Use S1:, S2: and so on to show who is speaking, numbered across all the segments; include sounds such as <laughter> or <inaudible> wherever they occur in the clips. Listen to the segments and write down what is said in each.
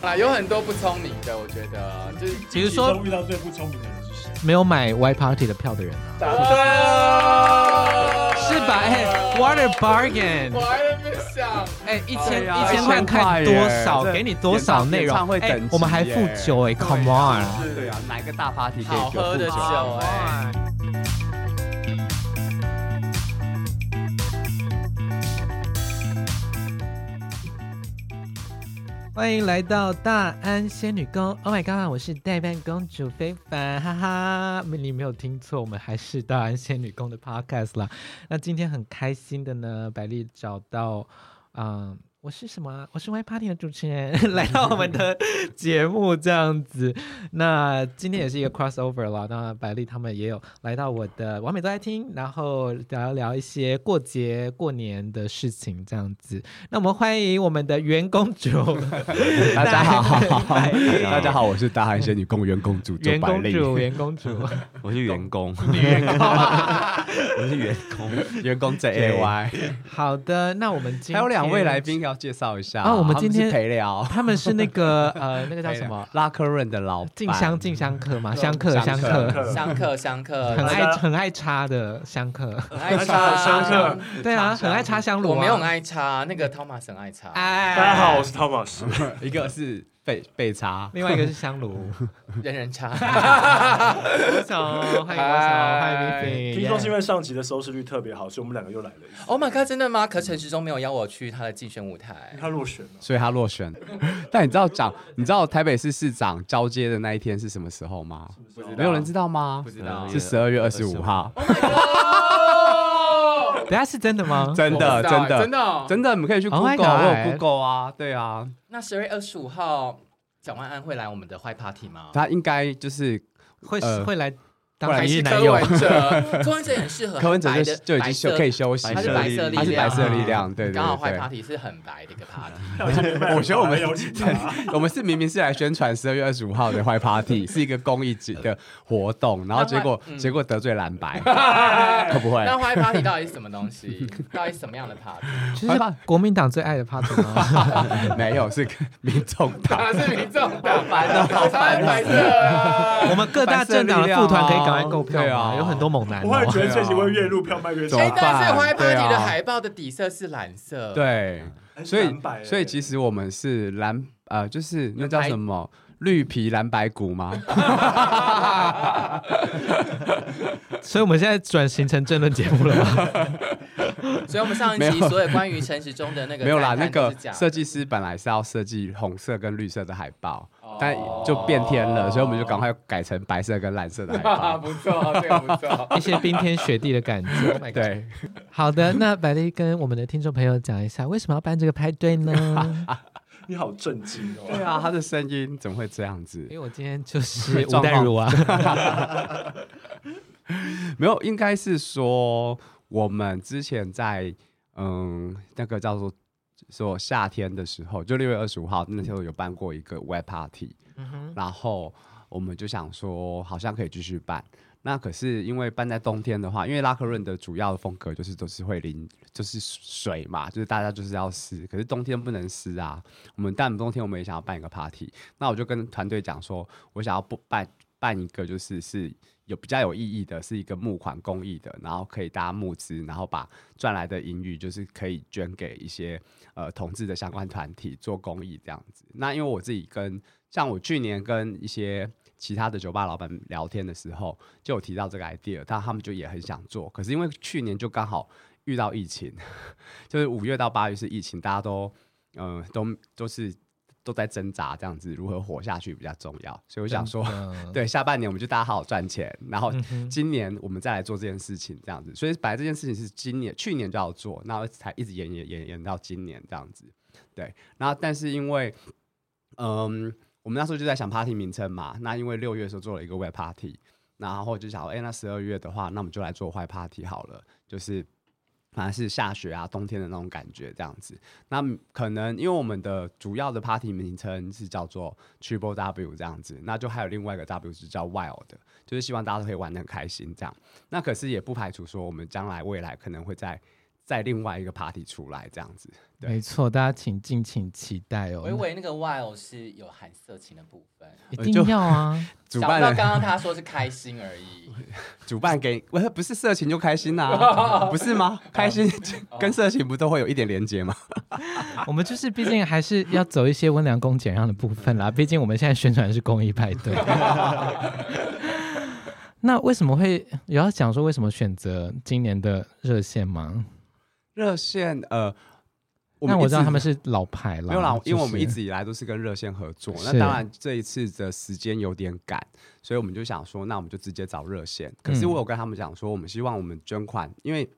S1: 啊，有很多不聪明的，我觉得就是
S2: 比如说
S3: 其中遇到最不聪明的人是谁？
S2: 没有买 Y Party 的票的人啊，
S1: 对啊，
S2: 是吧？哎、w h a t a bargain！
S1: 我还没 <laughs> 想，
S2: 哎、一千
S4: 对啊哎
S2: 一千块看多少？给你多少内
S4: 演
S2: 容
S4: 唱？会
S2: 哎、
S4: 等级
S2: 我们还付
S4: 耶
S2: 酒哎、c o m e on！
S4: 对啊，哪一个大 party 可以
S1: 好喝的酒
S4: 酒？
S1: 哎、
S2: 欢迎来到大安仙女宫，Oh my god！我是代班公主非凡，哈哈，你没有听错，我们还是大安仙女宫的 podcast 啦。那今天很开心的呢，百丽找到，嗯，我是什么啊？我是 Y Party 的主持人， <laughs> 来到我们的节目这样子。那今天也是一个 crossover 啦，那百丽他们也有来到我的完美都在听，然后聊聊一些过节过年的事情这样子。那我们欢迎我们的袁公主。
S4: 大家好，
S2: 拜拜
S4: 大家好，
S5: 我是大汉仙女公园公主
S2: 袁公 <laughs> 主，袁公主，
S4: 我是员工，
S6: <laughs>
S2: 员
S4: 我是员工，员工 J Y，
S2: 好的，那我们今天
S4: 还有两位来，宾要介绍一下
S2: 啊我们
S4: 他
S2: 今天
S4: 是陪聊
S2: 他们是那个呃，那个叫
S4: 陪聊
S2: 什么？
S4: 拉客润的老哎板
S2: 静香，静香客吗？香客，
S4: 香
S2: 香
S4: 客
S2: 客，
S1: 相克相克，
S2: 很
S3: 大
S2: 爱
S3: 家
S2: 很爱插的香客，
S1: 很爱
S3: 插
S1: 插
S3: 相克，
S2: 对啊，很爱插香炉啊。
S1: 我没有很爱插，那个 Thomas 很爱插，
S4: 啊
S2: 哎，
S3: 大家好，我是 Thomas。
S4: 一个是被被查，
S2: 另外一个是香炉。
S1: 人人插， <laughs>
S2: 郭总，欢迎郭总，欢
S1: 嗨
S2: 迎 Vivi。
S3: 听说是因为上集的收视率特别好，所以我们两个又来了一次。
S2: 哦
S1: Oh my god，真的吗？可陈时中没有邀我去他的竞选舞台，
S3: 他落选了，
S4: 所以他落选。 <laughs> 但你知道长，你知道台北市市长交接的那一天是什么时候吗？
S3: 不知道
S4: 没有人知道吗？不
S1: 知道
S4: 是十二月二十五号。
S1: Oh
S2: 等下是真的吗？
S4: <laughs> 真
S1: 我
S4: 的，
S1: 不知道
S4: 真
S1: 哎
S4: 的，
S1: 真的哦
S4: 真的，你们可以去
S2: Oh my
S4: Google，我
S2: God
S4: 有 Google 啊，对啊，
S1: 那十二月二十五号，蒋万安会来我们的坏 party 吗？
S4: 他应该就是
S2: 会
S4: 呃
S2: 会来当
S1: 还
S2: 你
S1: 是
S2: 日男
S1: 柯
S2: 友？
S1: 文
S4: <laughs>
S1: 哲，柯文哲很适合，
S4: 柯文哲
S1: <laughs> 白
S4: 就
S1: 的
S4: 就已
S1: 白
S4: 经
S1: 色
S4: 休可以休息了，
S1: 他是白色力
S4: 他是白
S1: 量
S4: 色
S1: 啊
S4: 力量，对对
S1: 刚好坏
S4: 对。
S1: party 是很白的一个
S4: <laughs>
S1: party，
S3: 我
S4: 我觉得我们
S3: 邀请他，
S4: 我们是明明是来宣传十二月二十五号的
S1: <laughs>
S4: 坏 party，是一个公益级的活动，然后结果
S1: 嗯
S4: 结果得罪蓝
S1: <laughs>
S4: 白，会不会？
S1: 那坏 party 到底是什么东西？到底是什么样的
S4: <laughs>
S1: party？
S2: <laughs> 其实国民党最爱的 party 吗？
S4: 没有，是啊民众
S1: <laughs>
S4: 党。
S1: 他是民众党版的，好烦哦白色啊！
S2: 我们各大政党的副团可以赶快购票
S4: 对
S2: 吗？
S4: 啊
S2: 有很多猛男哦。
S3: 我会觉得这集会越录票卖越少
S4: <laughs> 怎
S1: 哎
S4: 么，办
S1: 但是坏
S4: 对
S1: party
S4: 啊
S1: 的海报的底色是蓝色，，
S4: 对，所
S3: 很难摆欸
S4: 以所以其实我们是蓝呃，就是那叫什么绿皮蓝白骨
S1: <laughs>
S4: 吗？
S2: <laughs> 所以我们现在转型成政论节目了吗？
S1: <laughs> 所以我们上一
S4: 没
S1: 集
S4: 有
S1: 所有关于陈时中的那个
S4: 没有啦，
S1: 赞
S4: 那
S1: 叹都
S4: 个
S1: 是假的
S4: 设计师本来是要设计红色跟绿色的海报，
S1: 哦
S4: 但就变天了，所以我们就赶快改成白色跟蓝色的海
S1: <laughs>
S4: 报。
S1: 不错，这个不错。
S4: <laughs>
S2: 一些冰天雪地的感觉。Oh my god，
S4: 对，
S2: 好的，那百丽跟我们的听众朋友讲一下，为什么要办这个派对呢？
S3: 你好震惊哦。
S4: <laughs> 对啊，他的声音怎么会这样子
S2: 因？为我今天就是吴
S4: 状况
S2: 淡如啊，
S4: 没有，应该是说我们之前在嗯那个叫做说夏天的时候，就六月二十五号那时候有办过一个 web party，、然后我们就想说好像可以继续办。那可是因为办在冬天的话，因为拉克润的主要的风格就是都是会淋，就是水嘛，就是大家就是要湿。可是冬天不能湿啊。我们但冬天我们也想要办一个 party，那我就跟团队讲说，我想要不办办一个就是是有比较有意义的，是一个募款公益的，然后可以大家募资，然后把赚来的盈余就是可以捐给一些呃同志的相关团体做公益这样子。那因为我自己跟像我去年跟一些其他的酒吧老板聊天的时候，就有提到这个 idea，但他们就也很想做，可是因为去年就刚好遇到疫情， <laughs> 就是五月到八月是疫情，大家都嗯、呃都都是都在挣扎这样子，如何活下去比较重要。所以我想说，
S2: 嗯，
S4: 对，下半年我们就大家好好赚钱，然后
S2: 嗯哼
S4: 今年我们再来做这件事情，这样子。所以本来这件事情是今年、去年就要做，然后才一直延延延延到今年这样子。对，然后但是因为，嗯，我们那时候就在想 party 名称嘛，那因为六月的时候做了一个 web party，然后就想说，哎、那十二月的话，那我们就来做坏 party 好了，就是反正是下雪啊，冬天的那种感觉这样子。那可能因为我们的主要的 party 名称是叫做 Triple W 这样子，那就还有另外一个 W 是叫 Wild 的，就是希望大家都可以玩的很开心这样。那可是也不排除说我们将来未来可能会在再另外一个 party 出来这样子。对
S2: 没错，大家请敬请期待
S1: 我以
S2: 哦。
S1: 为那个 while 是有含色情的部分，
S2: 一
S4: 呃
S2: 定
S4: 就
S2: 要啊！
S4: 主
S1: 想不
S4: 办
S1: 到
S4: 人
S1: 刚刚他说是开心而已，
S4: <laughs> 主
S2: <laughs>
S4: 办给，呃不是色情就开心啦、啊，不是吗？开心
S2: 哦
S4: 跟色情不都会有一点连接吗？
S2: <laughs> 我们就是毕竟还是要走一些温良恭俭让的部分
S4: <laughs>
S2: 啦，毕竟我们现在宣传是公益派对。那为什么会有要讲说为什么选择今年的热线吗？
S4: 热线呃，
S2: 那我知道
S4: 一直
S2: 他们是老牌了，
S4: 没有啦，因为我们一
S2: 就是
S4: 直以来都是跟热线合作。
S2: 是
S4: 那当然这一次的时间有点赶，所以我们就想说，那我们就直接找热线。可
S2: 嗯
S4: 是我有跟他们讲说，我们希望我们捐款，因为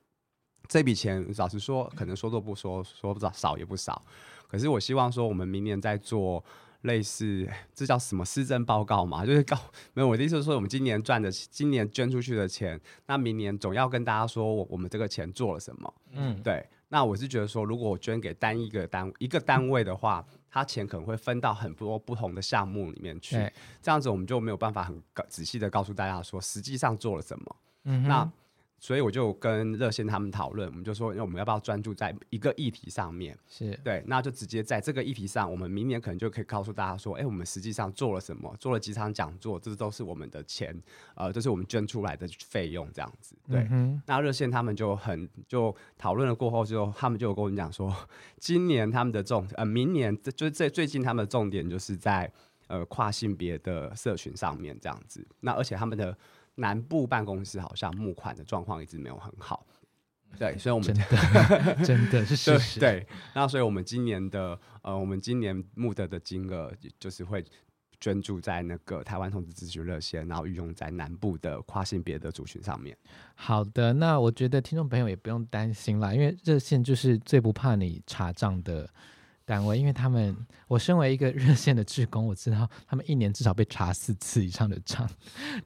S4: 这笔钱老实说，可能说多不说，说不少少也不少。可是我希望说，我们明年在做。类似这叫什么施政报告嘛？ <laughs> 就是告没有我的意思是说，我们今年赚的、今年捐出去的钱，那明年总要跟大家说我我们这个钱做了什么。
S2: 嗯
S4: 对，那我是觉得说，如果我捐给单一个单一个单位的话，它钱可能会分到很多不同的项目里面去
S2: 对，
S4: 这样子我们就没有办法很高仔细的告诉大家说实际上做了什么。
S2: 嗯哼
S4: 那所以我就跟热线他们讨论，我们就说，那我们要不要专注在一个议题上面？
S2: 是
S4: 对，那就直接在这个议题上，我们明年可能就可以告诉大家说，哎、我们实际上做了什么，做了几场讲座，这都是我们的钱，呃，这是我们捐出来的费用，这样子。对，
S2: 嗯哼
S4: 那热线他们就很就讨论了过后之后，他们就有跟我们讲说，今年他们的重呃，明年这就是最最近他们的重点就是在呃跨性别的社群上面这样子。那而且他们的南部办公室好像募款的状况一直没有很好，对，所以我们
S2: 真的真的是事实，
S4: <laughs> 对对，那所以我们今年的呃，我们今年募得的金额就是会捐助在那个台湾同志咨询热线，然后运用在南部的跨性别的族群上面。
S2: 好的，那我觉得听众朋友也不用担心啦，因为热线就是最不怕你查账的单位，因为他们，我身为一个热线的职工，我知道他们一年至少被查四次以上的账，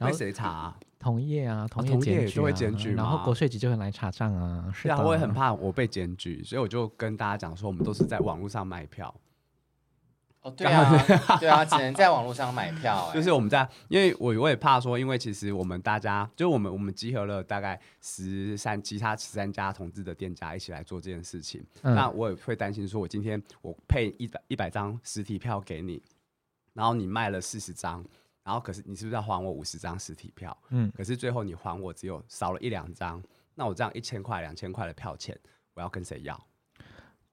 S2: 然
S4: 被
S2: 后
S4: 谁查、啊？
S2: 同业啊，同
S4: 同业
S2: 检
S4: 也
S2: 举、啊
S4: 就会检举
S2: 然
S4: 嘛
S2: 后国税局就会来查账啊，是
S4: 对
S2: 的，
S4: 啊，我也很怕我被检举，所以我就跟大家讲说，我们都是在网络上卖票，
S1: 哦，对啊，对啊，只能在网络上买票、哎
S4: <laughs> 就是我们在，因为我我也怕说，因为其实我们大家，就是我们我们集合了大概十三其他十三家同志的店家一起来做这件事情，
S2: 嗯
S4: 那我也会担心说，我今天我配一百一百张实体票给你，然后你卖了四十张，然后可是你是不是要还我五十张实体票？
S2: 嗯
S4: 可是最后你还我只有少了一两张，那我这样一千块两千块的票钱，我要跟谁要？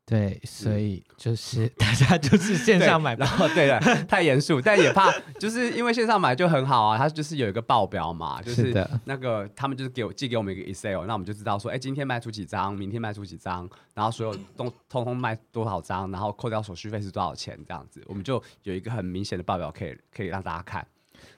S2: 对，所以就是、 <laughs> 大家就是线
S4: 嗯对
S2: 上买吧
S4: 然。后对了，太严肃，但也怕，就是因为线上买就很好啊，它就是有一个报
S2: <laughs>
S4: 表嘛，就是是
S2: 的
S4: 那个他们就是给我寄给我们一个 Excel，那我们就知道说，哎，今天卖出几张，明天卖出几张，然后所有都通通卖多少张，然后扣掉手续费是多少钱，这样子，我们就有一个很明显的报表可以可以让大家看。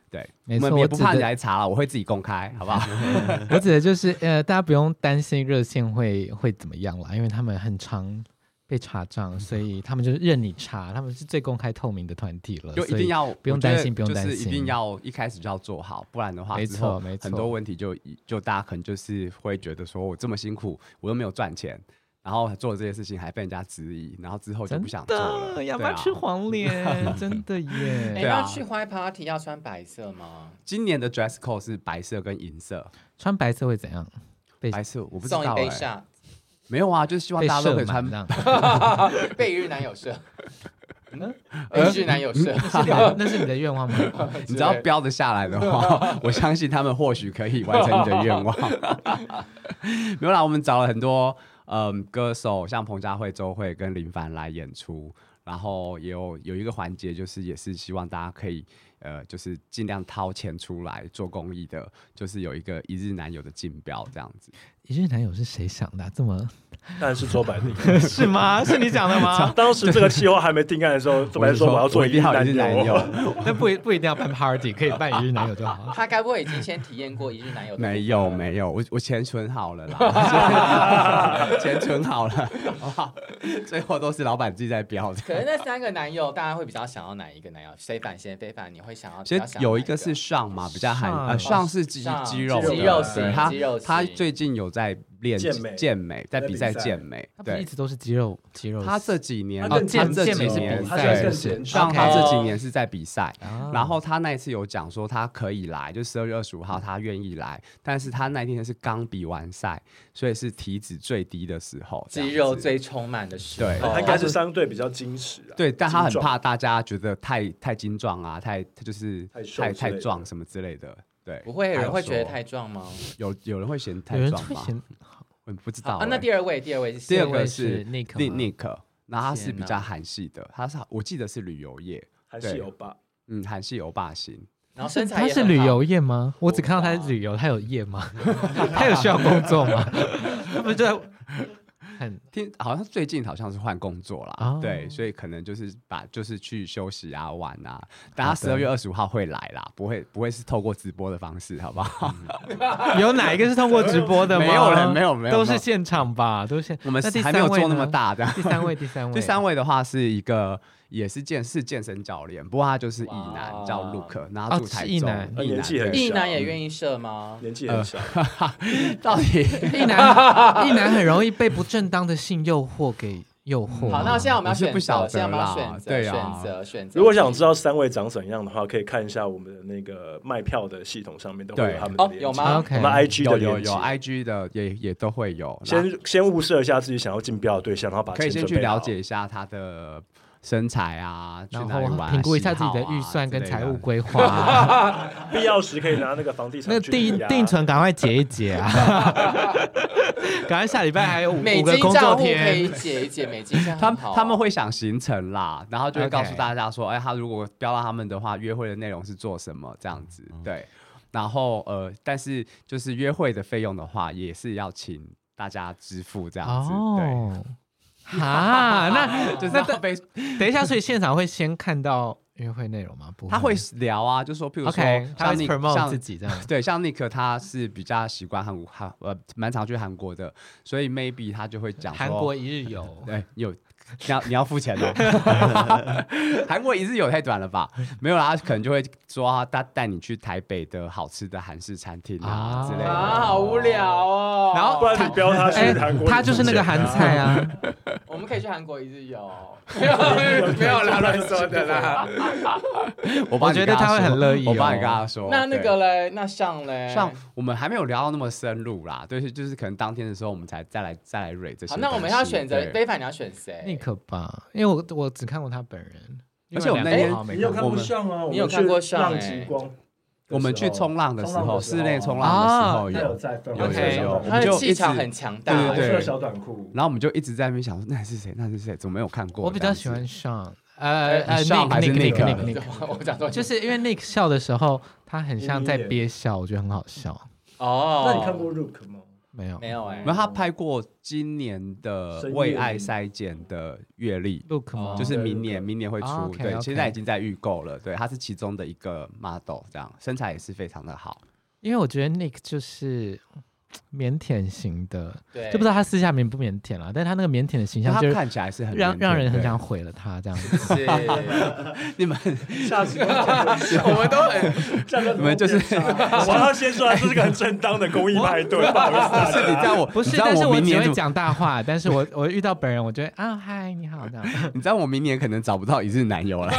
S4: 对，
S2: 没
S4: 我们
S2: 错
S4: 也
S2: 我
S4: 不
S2: 指
S4: 怕
S2: 的
S4: 你来查了，我会自己公开，好不好？ <laughs>
S2: 我指的就是呃，大家不用担心热线会会怎么样啦，因为他们很常被查账，所以他们就是任你查，他们是最公开透明的团体了，
S4: 就一
S2: 所以
S4: 定要
S2: 不用
S4: 我觉得
S2: 担心不用担心
S4: 就是一定要一开始就要做好，不然的话，
S2: 没
S4: 之后
S2: 错没错
S4: 很多问题就就大家可能就是会觉得说我这么辛苦，我又没有赚钱，然后做这些事情还被人家质疑，然后之后就
S2: 真
S4: 不想做了，啊
S2: 的要不要
S4: 对啊
S2: 吃黄连？真的
S4: <laughs>
S1: 哎、
S2: 耶！
S4: 对啊
S1: 那去欢 party 要穿白色吗？
S4: 今年的 dress code 是白色跟银色，
S2: 穿白色会怎样？被
S4: 白色我不知
S1: 送
S4: 道
S1: 一杯
S4: 哎、
S1: 下，
S4: 没有啊，就是希望
S2: 被
S4: 大家都可
S2: 射
S4: 以穿
S2: 满这。
S4: <laughs>
S2: 样，
S1: 被一日男友 <laughs> 射，嗯
S4: 呃
S1: 被一日男友
S4: 嗯
S1: 射， <laughs>
S2: 那是你 <laughs> 的那是你的愿望吗？
S4: 你只要标得下来的话，我相信他们或许可以完成你的愿望。没有啦，我们找了很多嗯歌手，像彭佳慧、周慧跟林凡来演出，然后也有有一个环节，就是也是希望大家可以呃，就是尽量掏钱出来做公益的，就是有一个一日男友的竞标这样子。
S2: <laughs> 一日男友是谁想的啊？这
S4: <laughs>
S2: 么
S3: 当然是周百丽。
S2: 是吗？是你 <laughs> 讲的吗？
S3: <laughs> 当时这个计划还没定案的时
S4: <laughs>
S3: 候，周百
S4: 我
S3: 丽说我要做
S4: 一定要有
S3: 男
S4: 一日男友
S3: 友。，
S2: <laughs> 那不不一定要办 party，可以办一日男友就好。
S1: 他该不会已经先体验过一日男友的？
S4: 没有，没有，我我钱存好了啦， <laughs> 钱存好了， <laughs> 好不好？最后都是老板自己在标的。
S1: 可是那三个男友，大家会比较想要哪一个男友？非凡先，非凡，你会想要？
S4: 其
S1: 比
S4: 实
S1: 较想要
S4: 有
S1: 哪
S4: 一个是上嘛，比较韩
S2: 上
S4: 呃上是肌
S1: 上
S4: 肌肉的
S1: 肌肉
S4: 对
S1: 型，
S4: 他
S1: 肌肉型
S4: 他最近有在练
S3: 健美
S4: 健美，在比赛
S3: 在比赛
S4: 健美
S2: 他，不是一
S4: 对。
S2: 直都是肌肉肌肉丝？
S4: 他这几年，
S3: 他
S4: 哦
S3: 更
S4: 他
S3: 健
S4: 这
S2: 健
S4: 几
S2: 美是
S4: 年，
S2: 比赛是不
S3: 更哦
S4: 对
S2: 是
S3: 减
S4: 像
S3: 重，
S4: 他这几
S1: OK
S4: 年是在比赛，
S3: 哦
S2: 啊
S4: 然后他那一次有讲说他可以来，就十二月二十五号他愿意来，但是他那一天是刚比完赛，所以是体脂最低的时候，这样
S1: 肌肉
S4: 子
S1: 最充满的时候，啊
S4: 对
S3: 他应该是相对比较矜持啊。
S4: 对，但他很
S3: 精壮
S4: 怕大家觉得太太精壮啊，太他就是
S3: 太瘦
S4: 太
S3: 之类
S4: 太
S3: 的
S4: 壮什么之类的。对，
S1: 不会有
S4: 他
S1: 人会
S4: 说
S1: 觉得太壮吗？
S4: 有有人会嫌
S2: 有
S4: 太
S2: 人
S4: 壮
S2: 会
S4: 吗？
S2: 嫌
S4: 我不知道欸、
S1: 啊，那第二位，第二位是
S4: 第
S1: 谁
S4: 二个
S2: 是
S4: 是
S2: Nick 吗
S4: Nick，然后他是
S1: 天
S4: 比
S1: 哪
S4: 较韩系的，他是我记得是旅游业，
S3: 还是有吧？
S4: 嗯，韩系欧巴型。
S1: 然后身材
S2: 他
S1: 也
S2: 是
S1: 很
S2: 旅
S1: 好
S2: 游业吗？我
S1: 我
S2: 只看到他
S1: 不知
S2: 是
S1: 道
S2: 旅游，他有业吗？ <laughs> 他有需要工作吗？ <laughs> 他不就在很
S4: 听，好像最近好像是换工作啦，
S2: 哦
S4: 对，所以可能就是把就是去休息啊、玩啊。但
S2: 好的
S4: 他十二月二十五号会来啦，不会不会是透过直播的方式，好
S2: <laughs>
S4: 不好？
S2: 有哪一个是通过直播的吗？
S4: 没有了，没有没有，
S2: 都
S4: 没
S2: 是
S4: 有
S2: 现场吧，都是现。
S4: 我们
S2: 那第
S4: 还没有
S2: 三位
S4: 做那
S2: 呢
S4: 么。大的。
S2: 第三位，第三位，
S4: <laughs> 第三位的话是一个也是健是健身教练，不过他就是一男
S1: 哇
S4: 叫 Luke，然后
S2: 哦
S4: 他住台
S2: 是一
S4: 中，
S2: 男
S3: 呃年纪很
S4: 对
S1: 一男也愿意射吗？
S4: 嗯
S3: 年纪很
S4: <laughs>
S3: 小，
S4: 到底
S1: <laughs>
S2: 一男，一男很容易被不正当的性诱惑给诱惑。啊
S1: 好，那现在我们要
S4: 我是
S1: 选
S4: 不晓
S1: 择，
S4: 得
S1: 现在我们要
S4: 啦
S1: 选择，
S4: 对啊
S1: 选择，选择。
S3: 如果想知道三位长怎样的话，可以看一下我们的那个卖票的系统上面都会有
S4: 对
S3: 他们的
S1: 哦
S3: 链接
S1: 有吗
S2: OK
S3: 我们 IG 的
S4: 有
S3: 链
S4: 有
S3: 接
S4: 有 IG 的也也都会有，那
S3: 先先物色一下自己想要竞标的对象，然后把
S4: 可以
S3: 钱
S4: 先
S3: 准
S4: 去
S3: 备好
S4: 了解一下他的身材啊，去
S2: 然
S4: 哪里
S2: 后
S4: 玩啊，
S2: 评估一下
S4: 喜
S2: 自己
S4: 好
S2: 的
S4: 啊
S2: 预算跟
S4: 之类
S2: 财
S4: 的
S2: 务规划
S4: <laughs>
S2: 啊。
S3: 必要时可以拿那个房地产
S2: 那
S3: 去
S2: 定
S3: 抵押
S4: 啊
S2: 定存赶快结一结啊！
S4: <laughs>
S2: <laughs> 赶快下礼拜还有五
S1: 美
S2: 五个
S1: 金
S2: 工
S1: 账
S2: 作
S1: 户可以
S2: 天。
S1: 解一解，美金这样
S4: 他
S1: 很好啊
S4: 他们会想行程啦，然后就会
S2: OK
S4: 告诉大家说，哎，他如果标到他们的话，约会的内容是做什么这样子，
S3: 嗯
S4: 对。然后呃，但是就是约会的费用的话，也是要请大家支付这样子，
S2: 哦， <laughs> 哈，那
S4: 对， <laughs> 就是
S2: 那
S4: 要被
S2: 等一下，所以现场会先看到约会内容吗？不，
S4: 他会聊啊，就说譬如说
S2: OK，他
S4: 像
S2: 会
S4: 你
S2: promote
S4: 像
S2: 自己这样。
S4: 对，像 Nick 他是比较习惯韩国韩呃蛮常去韩国的，所以 maybe 他就会讲说
S2: 韩国一日游，
S3: <laughs>
S4: 对，有你要你要付钱哦。韩国一日游太短了吧？没有啦，他可能就会说啊他带你去台北的好吃的韩式餐厅啊
S2: 啊
S4: 之类
S1: 啊，
S4: 的。
S1: 好无聊哦。
S2: 然后
S3: 不然你标他
S2: 哎
S3: 去韩国，
S2: 他就是那个韩菜啊。
S3: <laughs>
S1: 我们可以去韩国一日游，没有 <laughs> 没有 <laughs> 啦，乱说的啦。
S4: 我
S2: 我
S4: 帮你
S2: 觉
S4: 跟
S2: 得他会
S4: 说
S2: 很乐意
S4: 我帮你
S2: 哦
S4: 跟他说。
S1: <laughs> 那那
S4: 对
S1: 个嘞，那上嘞，
S4: 像我们还没有聊到那么深入啦，对，是就是可能当天的时候我们才再来再来蕊这些
S1: 好，
S4: 东西。
S1: 那我们要选择
S4: 对
S1: 非凡，你要选谁？
S2: 那可吧，因为我我只看过他本人，
S4: 而且我们那
S2: 另外两
S4: 天
S2: 个好像没
S3: 你有
S2: 看过
S3: 看
S4: 我
S3: 过
S4: 们
S3: 上啊？我们
S1: 你有看过
S3: 去
S1: 上
S3: 浪
S1: 哎
S3: 极光的时候？
S4: 我们去冲浪的时候，室内冲浪的时候
S2: 啊
S4: 有
S3: 他有在分
S4: 有
S3: 红色
S4: 有有
S3: 小
S4: 我
S3: 短
S1: 他的
S4: 们就
S1: 气
S4: 一直
S1: 场很强大，
S4: 对
S3: 红
S1: <laughs>
S4: 对
S3: 色小短裤。
S4: 然后我们就一直在那边想说，那是谁？那是谁？怎么没有看过？
S2: 我比较喜欢上，呃呃
S4: 上哎还是
S2: Nick
S4: Nick？啊
S2: Nick Nick，
S1: 我我想说
S2: 就是因为 Nick 笑的时候，他很像在憋笑，我觉得很好笑。
S1: 哦，
S3: 那你看过 Rook 吗？
S2: 没有
S1: 没有？哎
S4: 然，后他拍过今年的
S3: 哦深夜
S4: 为爱筛检的阅历，
S2: ，Look 吗？
S4: 哦就是明年
S3: 对
S4: 明年会出，
S2: 哦哦，OK，
S4: 对
S2: OK
S4: 现在已经在预购了，对，他是其中的一个 model，这样身材也是非常的好，
S2: 因为我觉得 Nick 就是腼腆型的，
S1: 对，
S2: 就不知道他私下腼不腼腆啦，但是他那个腆腆的形
S4: 但
S2: 象
S4: 他
S2: 就是
S4: 看起来是很腼
S2: 让
S4: 腆
S2: 让人很
S4: 对
S2: 想毁了他
S4: <laughs>
S2: 这样子。
S1: 是，
S4: 你们 <laughs>
S3: 下次我
S1: <laughs> 我们都很
S4: 你们就是
S3: 我要先说，这是个很正当的公益派对，不好意思大
S4: 是你
S3: 家
S4: 知道我
S2: 不是，
S4: 你知道
S2: 但是
S4: 我
S2: 我
S4: 明
S2: 只
S4: 年
S2: 会
S4: 怎么
S2: 讲大话，但是我我遇到本人，我觉得啊嗨你好这
S4: <laughs>
S2: 样，
S4: 你知道我明年可能找不到一日
S3: <laughs>
S4: 男友了，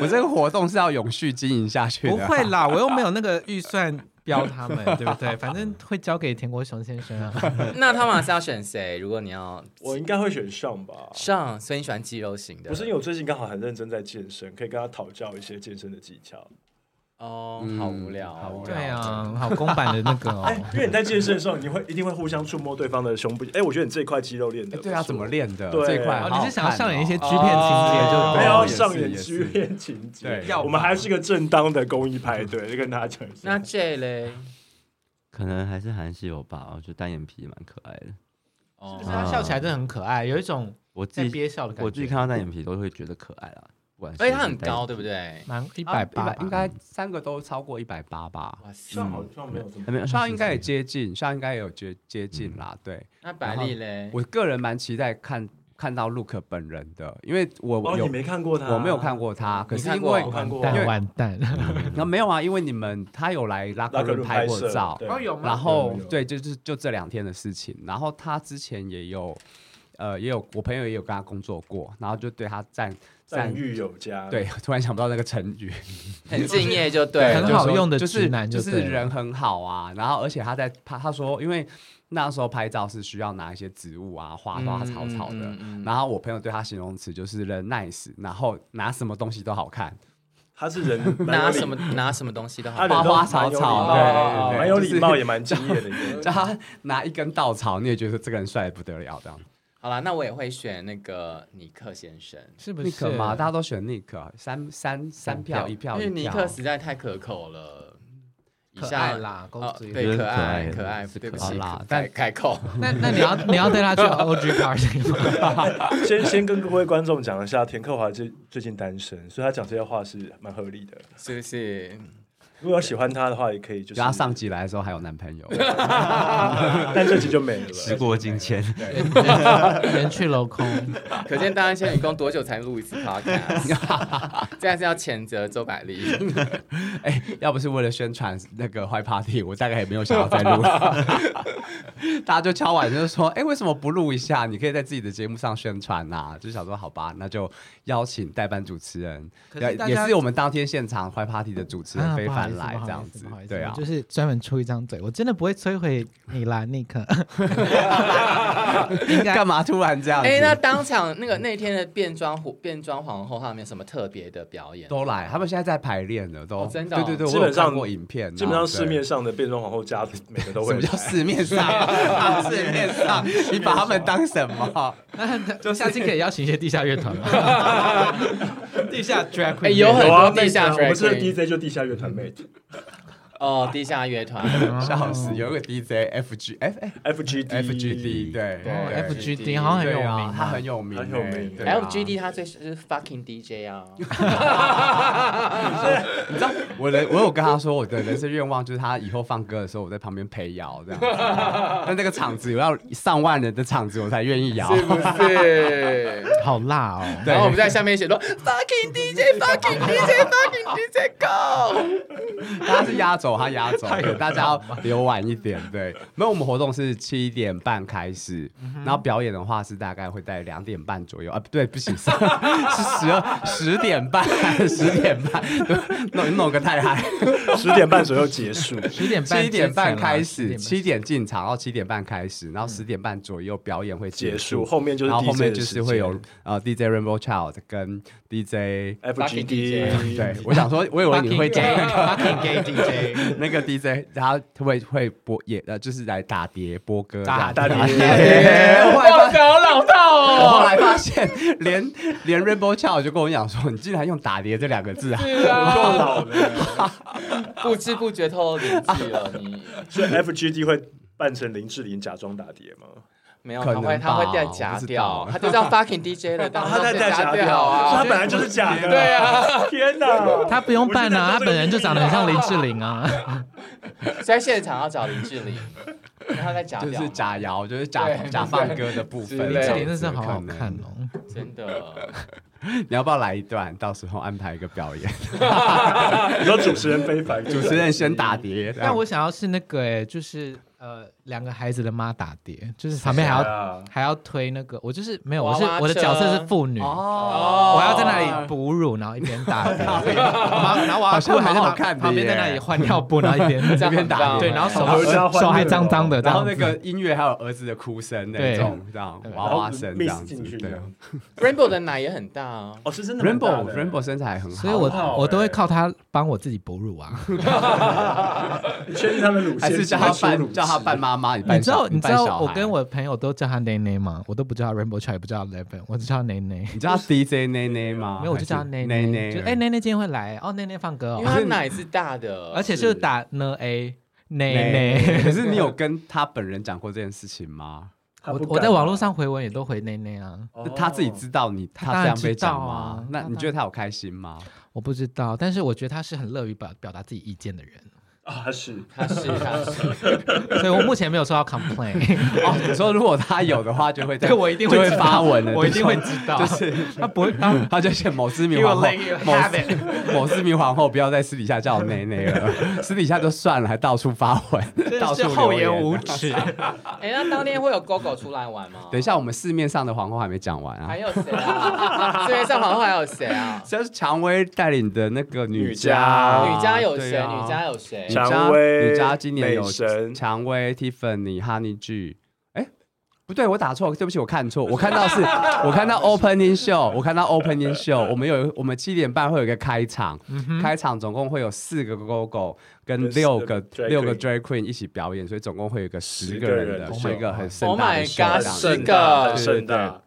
S4: 我这个活动是要永续经营下去
S2: 不
S4: 的。
S2: 会啦，我又没有那个预算标他们，对不对？反
S4: <laughs>
S2: 正会交给田国雄先生啊。
S1: 那他马上要选谁？如果你要
S3: 我应该会选上吧。
S1: 上，所以你喜欢肌肉型的？
S3: 不是因为我最近刚好很认真在健身，可以跟他讨教一些健身的技巧。
S1: 哦，
S4: 嗯
S1: 好无聊哦，
S4: 好无聊哎
S2: 对啊，好公版的那个哦。
S3: 哎因为你在健身的时候，你会一定会互相触摸对方的胸部。哎，我觉得你这一块肌肉练
S4: 哎
S3: 的，
S4: 对啊，怎么？练的？
S3: 对
S4: 这一块
S2: 哦
S4: 好好看哦，哦
S2: 你是想要上演一些 G 片情节就
S3: 没
S2: 对
S3: 有
S2: 了
S4: 也是
S3: 上演
S4: 也是
S3: 剧院情节
S4: 对，
S3: 我们还是个正当的公益派对，就跟大家讲一下。
S1: 那 J 嘞？
S6: 可能还是韩系欧巴，我觉得单眼皮蛮可爱的。
S1: 哦
S2: 就是他笑起来真的很可爱，有一种
S6: 我
S2: 在
S6: 自己
S2: 憋笑的感觉。
S6: 我自己看到单眼皮都会觉得可爱啦，不管是
S1: 哎而且他很
S6: 单眼
S1: 高，，对不对？
S2: 蛮一
S4: 啊一
S2: 百八，
S4: 应该三个都超过一百八吧？
S1: 哇塞，
S3: 上好像没有什么
S6: 还没有
S4: 上应该
S2: 嗯
S4: 也接近，上应该也有接接近啦。对
S1: 那百丽嘞？
S4: 我个人蛮期待看看到 Look 本人的，因为我
S3: 哦，
S4: 有
S3: 你没看过他？
S4: 我没有看过他，可是
S1: 看
S4: 因
S1: 过
S4: 为
S3: 我看过
S4: 因
S2: 蛋
S4: 为
S2: 完蛋，
S4: 那没有啊，因为你们他有来拉克
S3: 拉克
S4: 伦
S3: 伦
S4: 拍过
S3: 摄
S4: 照，
S3: 对
S1: 哦有吗
S4: 然后
S3: 有有
S4: 对，就是就这两天的事情。然后他之前也有，呃，也有我朋友也有跟他工作过，然后就对他赞
S3: 赞誉啊有加，
S4: 对， <laughs> 突然想不到那个成语，
S1: 很敬业就对
S2: 很
S1: 了。
S2: 好用的
S4: 就是
S2: 直男
S4: 就
S2: 就是对了
S4: 人很好啊。然后而且他在他他说，因为那时候拍照是需要拿一些植物啊、花花草草的。
S1: 嗯嗯嗯
S4: 然后我朋友对他形容词就是人 nice，然后拿什么东西都好看， <laughs>
S3: 他是人蛮有
S1: 拿
S3: 礼
S1: 什么？拿什么东西都好
S3: 他，人
S4: 花
S3: 都
S4: 花
S3: 蛮
S4: 草
S3: 有礼
S4: 草
S3: 貌
S1: 对
S3: 的
S1: 对对
S3: 蛮有
S4: 就是
S3: 礼貌，也蛮敬业的一个人。
S4: 叫他拿一根稻草，你也觉得这个人帅得不得了这样。
S1: 好啦，那我也会选那个尼克先生，
S2: 是不
S4: 尼
S2: 是
S4: 克？嘛，大家都选尼克，三三三票
S2: 票
S4: 一
S1: 因
S4: 票
S1: 为
S4: 一
S1: 尼
S4: 票。
S1: 克实在太可口了。以
S2: 可
S1: 下
S2: 爱啦，公
S1: 哦，
S2: 主。
S6: 觉
S1: 对，
S6: 得
S1: 可爱，
S6: 是可爱
S1: 可爱，
S6: 是
S1: 对不
S6: 可爱
S1: 起，
S4: 啦
S1: 改
S4: 但
S1: 改口。
S2: 那那你要你要带她去 OG party 吗？
S3: 先先跟各位观众讲一下，田克华最最近单身，所以他讲这些话是蛮合理的。
S1: 是不是？
S3: 如果有喜欢他的话，也可以就
S4: 就是他上集来的时候还有男朋友，
S1: 啊
S3: <laughs> 但这集就没了。
S6: 时过境迁，
S2: 人去楼空，
S1: 可见当然仙女宫多久才录一次 podcast？这样是要谴责周百丽。
S4: 哎，要不是为了宣传那个坏 party，我大概也没有想要再录。
S2: <laughs>
S4: 大家就敲碗就是说，哎，为什么不录一下？你可以在自己的节目上宣传呐、就想说，好吧，那就邀请代班主持人，
S2: 可是大
S4: 也也
S2: 家啊
S4: 是我们当天现场坏 party 的主持人非凡来这样子
S2: 不好意，思
S4: 对
S2: 我
S4: 啊
S2: 就。是专门出一张嘴，我真的不会摧毁你啦，尼克。应该
S4: <laughs> 干嘛突然这样子？
S1: 哎，那当场那个那天的变装虎变装皇后，她有没有什么特别的表演？
S4: 都来，他们现在在排练了，都、
S1: 哦真的哦
S4: 对对对，
S3: 基本上
S4: 我有看过影片，
S3: 基本上
S4: 然后
S3: 市面上的变装皇后家族每个都会
S4: 对啊什么
S3: 来。
S4: 叫市
S2: <laughs>
S4: 面上？市面上，你把他们当什么？
S2: 就下次可以邀请一些地下乐团吗？地下 drag queen，
S1: 哎有很
S3: 有啊，
S1: 很多地下
S3: mate 啊我
S1: drag
S3: 们是
S1: queen
S3: DJ 就地下乐团
S4: <laughs>
S3: mate
S1: 哦，地下乐团。
S4: 笑死！有一个 DJ FG F 哎
S3: FGD
S4: FGD，对
S1: 哦
S4: 对
S2: FGD 好像很有
S4: 对啊
S2: 名
S4: 他
S2: 啊
S4: 很有名欸，
S3: 很有名
S4: 对啊
S1: LGD 他最是 fucking DJ 啊，
S4: 你知道 <laughs> 我的，我有跟他说我的人生愿望就是他以后放歌的时候，我在旁边陪摇这样子。但那个场子有要上万人的场子，我才愿意摇。
S1: 是不是？
S2: 好辣哦！
S4: <laughs> 对
S1: 然后我们在下面写说 fucking DJ fucking DJ fucking DJ go，
S4: 他是压轴，他压轴，对大家要留晚一点。对，没有，我们活动是七点半开始，然后表演的话是大概会在两点半左右啊，不对，不行，是 <laughs> 是十二十点半，十点半 <laughs> 弄弄个太嗨，
S3: 十点半左右结束。
S2: 十点半，
S4: 七点半开
S2: 10
S4: 始，
S2: 点半
S4: 七点进场，然后七点半开始，然后十点半左右表演会
S3: 结
S4: 结
S3: 束，
S4: 束。
S3: 后面就是
S4: 然后
S3: DJ
S4: 后面
S3: 的
S4: 就
S3: 时
S4: 是
S3: 间
S4: 会有呃 DJ Rainbow Child 跟 DJ，
S3: FGD，
S1: Fucking
S4: <laughs> 对我想说，我以为你会讲那个
S2: fucking gay DJ，
S4: 那个 DJ，他会会播也呃，就是来打碟播歌这样子。
S3: 打碟
S4: 碟我后来
S1: 哇，
S4: 发
S1: 好老套
S4: 我后
S1: 哦，
S4: 来发现，连连 Rainbow Child 就跟我讲说，你竟然用打碟这两个字啊！
S1: 是
S3: 够
S1: 啊，
S3: 老了。
S1: 不知不觉透露年纪了，你
S3: 所以 FGD 会扮成林志玲假装打碟吗？
S1: 没有，
S4: 可
S1: 他
S4: 能
S1: 会他
S4: 吧
S1: 会再
S4: 我不
S1: 夹
S4: 知
S1: 掉
S4: 道，
S1: 他就叫 fucking DJ 了，当
S3: 哦他
S1: 然
S3: 在
S1: 是
S3: 在
S1: 夹
S3: 假掉所以他
S1: 啊，
S3: 本来就是假的。
S1: 对
S3: 啊，天哪！
S2: 他不用扮啊，他
S3: 我现在都是
S2: 本人就长得很像林志玲啊。
S1: 在现场要找林志玲，然后再夹
S4: 就
S1: 掉
S4: 是，假谣，就是假
S1: 对
S4: 假放歌的部分。
S1: 之类
S2: 林
S1: 对
S2: 志
S1: 的
S2: 玲真是好好看
S4: 可
S2: 哦。
S1: 真的，
S4: 能！你要不要来一段？到时候安排一个表演，
S3: 你说主持人非凡，
S4: <laughs> 主持人先打碟。这样
S2: 但我想要是那个哎，就是呃，两个孩子的妈打碟，就是 <laughs> 旁边还要
S3: 要
S2: 还要推那个，我就是没有，我
S1: 娃
S2: 是
S1: 娃
S2: 我的
S1: 车
S2: 角色是妇女。
S4: 哦
S2: 我要在那里哺乳，然后一边打碟，然后然后我
S4: 好
S2: 要
S4: 像
S2: 哭，还
S4: 蛮
S2: 在
S4: 好
S2: 旁
S4: 看的
S2: 旁边
S4: 耶
S2: 在那里换尿布，然后一边
S1: 这
S4: <laughs>
S1: 样
S2: 一边
S1: 很棒
S2: 打碟，对，然后手
S3: 合家欢乐
S2: 手还脏脏的，
S4: 然后那个音乐还有儿子的哭声那种，这样
S2: 对
S4: 娃娃声这
S3: 然后
S4: 样子。
S3: 哦 miss 进去
S4: 对
S3: 这样
S1: Rainbow 的奶也很大啊，
S3: 哦，是真的蛮大
S4: Rainbow
S3: 的
S4: Rainbow 身材很好，
S2: 所以我
S3: 好
S2: 我都会
S3: 欸
S2: 靠他帮我自己哺乳
S4: <laughs>
S2: 啊。
S3: 你确定他的乳
S4: 还
S3: 腺
S4: 是叫他
S3: 是
S4: 扮叫他扮妈妈，你
S2: 你
S4: 扮
S2: 知道
S4: 小
S2: 你知
S4: 扮小
S2: 道
S4: 孩
S2: 我跟我朋友都叫他奶奶吗？我都不叫他 Rainbow Child，也不叫他 Eleven，我只叫他奶奶。
S4: 你知道 DJ 奈奈吗？
S2: 没有，我就叫他
S4: 啊
S2: 奶奶。
S4: 还是奈奈，
S2: 就哎，奶奶今天会来哦，奶奶放歌
S1: 因为
S2: 哦，
S1: 他奶是大的，
S2: 而且就是打呢 A 奶
S4: 奈
S2: 奶。
S4: 奈。可是你有跟他本人讲过这件事情吗？
S3: 他
S2: 我
S3: 不敢
S2: 我在网络上回文也都回奶奶啊，
S3: 哦
S4: 那他自己知道你
S2: 他
S4: 他
S2: 当
S4: 这
S2: 然
S4: 样被讲
S2: 知道
S4: 吗
S2: 啊？
S4: 那
S2: 他
S4: 你觉得他有开心吗？ <laughs>
S2: 我不知道，但是我觉得他是很乐于表表达自己意见的人。
S3: 啊，他是
S1: 他是他是，
S2: 所以我目前没有收到
S4: <laughs>
S2: complain，
S4: 哦，你说如果他有的话，就会在
S2: 对我一定会
S4: 就会
S2: 知道
S4: 发文的，
S2: 我一定会知道，
S4: 就是
S2: <laughs> 他不会他
S4: 哦 <laughs> 他就写某知名
S2: You
S4: 皇
S2: will
S4: 后
S2: let you，
S4: 某
S2: have
S4: <laughs> 某知名皇后不要在私底下叫我内内
S2: <laughs>
S4: 了，私底下就算了，还到处发文，
S2: 真
S4: 到处
S2: 是
S4: 留
S2: 厚颜
S4: 言啊
S2: 无
S4: <laughs>
S2: 耻。
S1: <laughs> 哎，那当天会有狗狗出来玩吗？
S4: 等一，下，我们市面上的皇后还没讲完啊
S1: 还，有谁啊？这 <laughs> 边上皇后还有谁啊？
S4: 就是蔷薇带领的那个
S3: 女
S4: 家，
S3: 家
S1: 女家有
S4: 对
S1: 谁？
S4: 啊
S1: 女家有谁
S4: 女？
S3: 家
S4: 家
S3: 蔷薇
S4: 女家今年有
S3: 哎美神
S4: 蔷薇、Tiffany、Honey G。哎，不对，我打错，对不起，我看错，我看到是，我看到 Opening Show，我看到 Opening Show，我们有我们七点半会有一个开场，开场总共会有四个 GoGo 跟
S3: 跟
S4: 六
S3: 嗯四
S4: 个
S3: 个 drag
S4: 六个
S3: queen
S4: Drag Queen 一起表演，所以总共会有一个十
S3: 十
S4: 个
S3: 个
S4: 人
S3: 人
S4: 的，
S3: Oh
S4: 是
S3: my
S4: 一个很
S3: god
S4: 盛大的
S1: Oh my
S4: 秀这样
S1: god，是
S4: 子。
S3: 盛大
S1: 个
S3: 哦很盛大，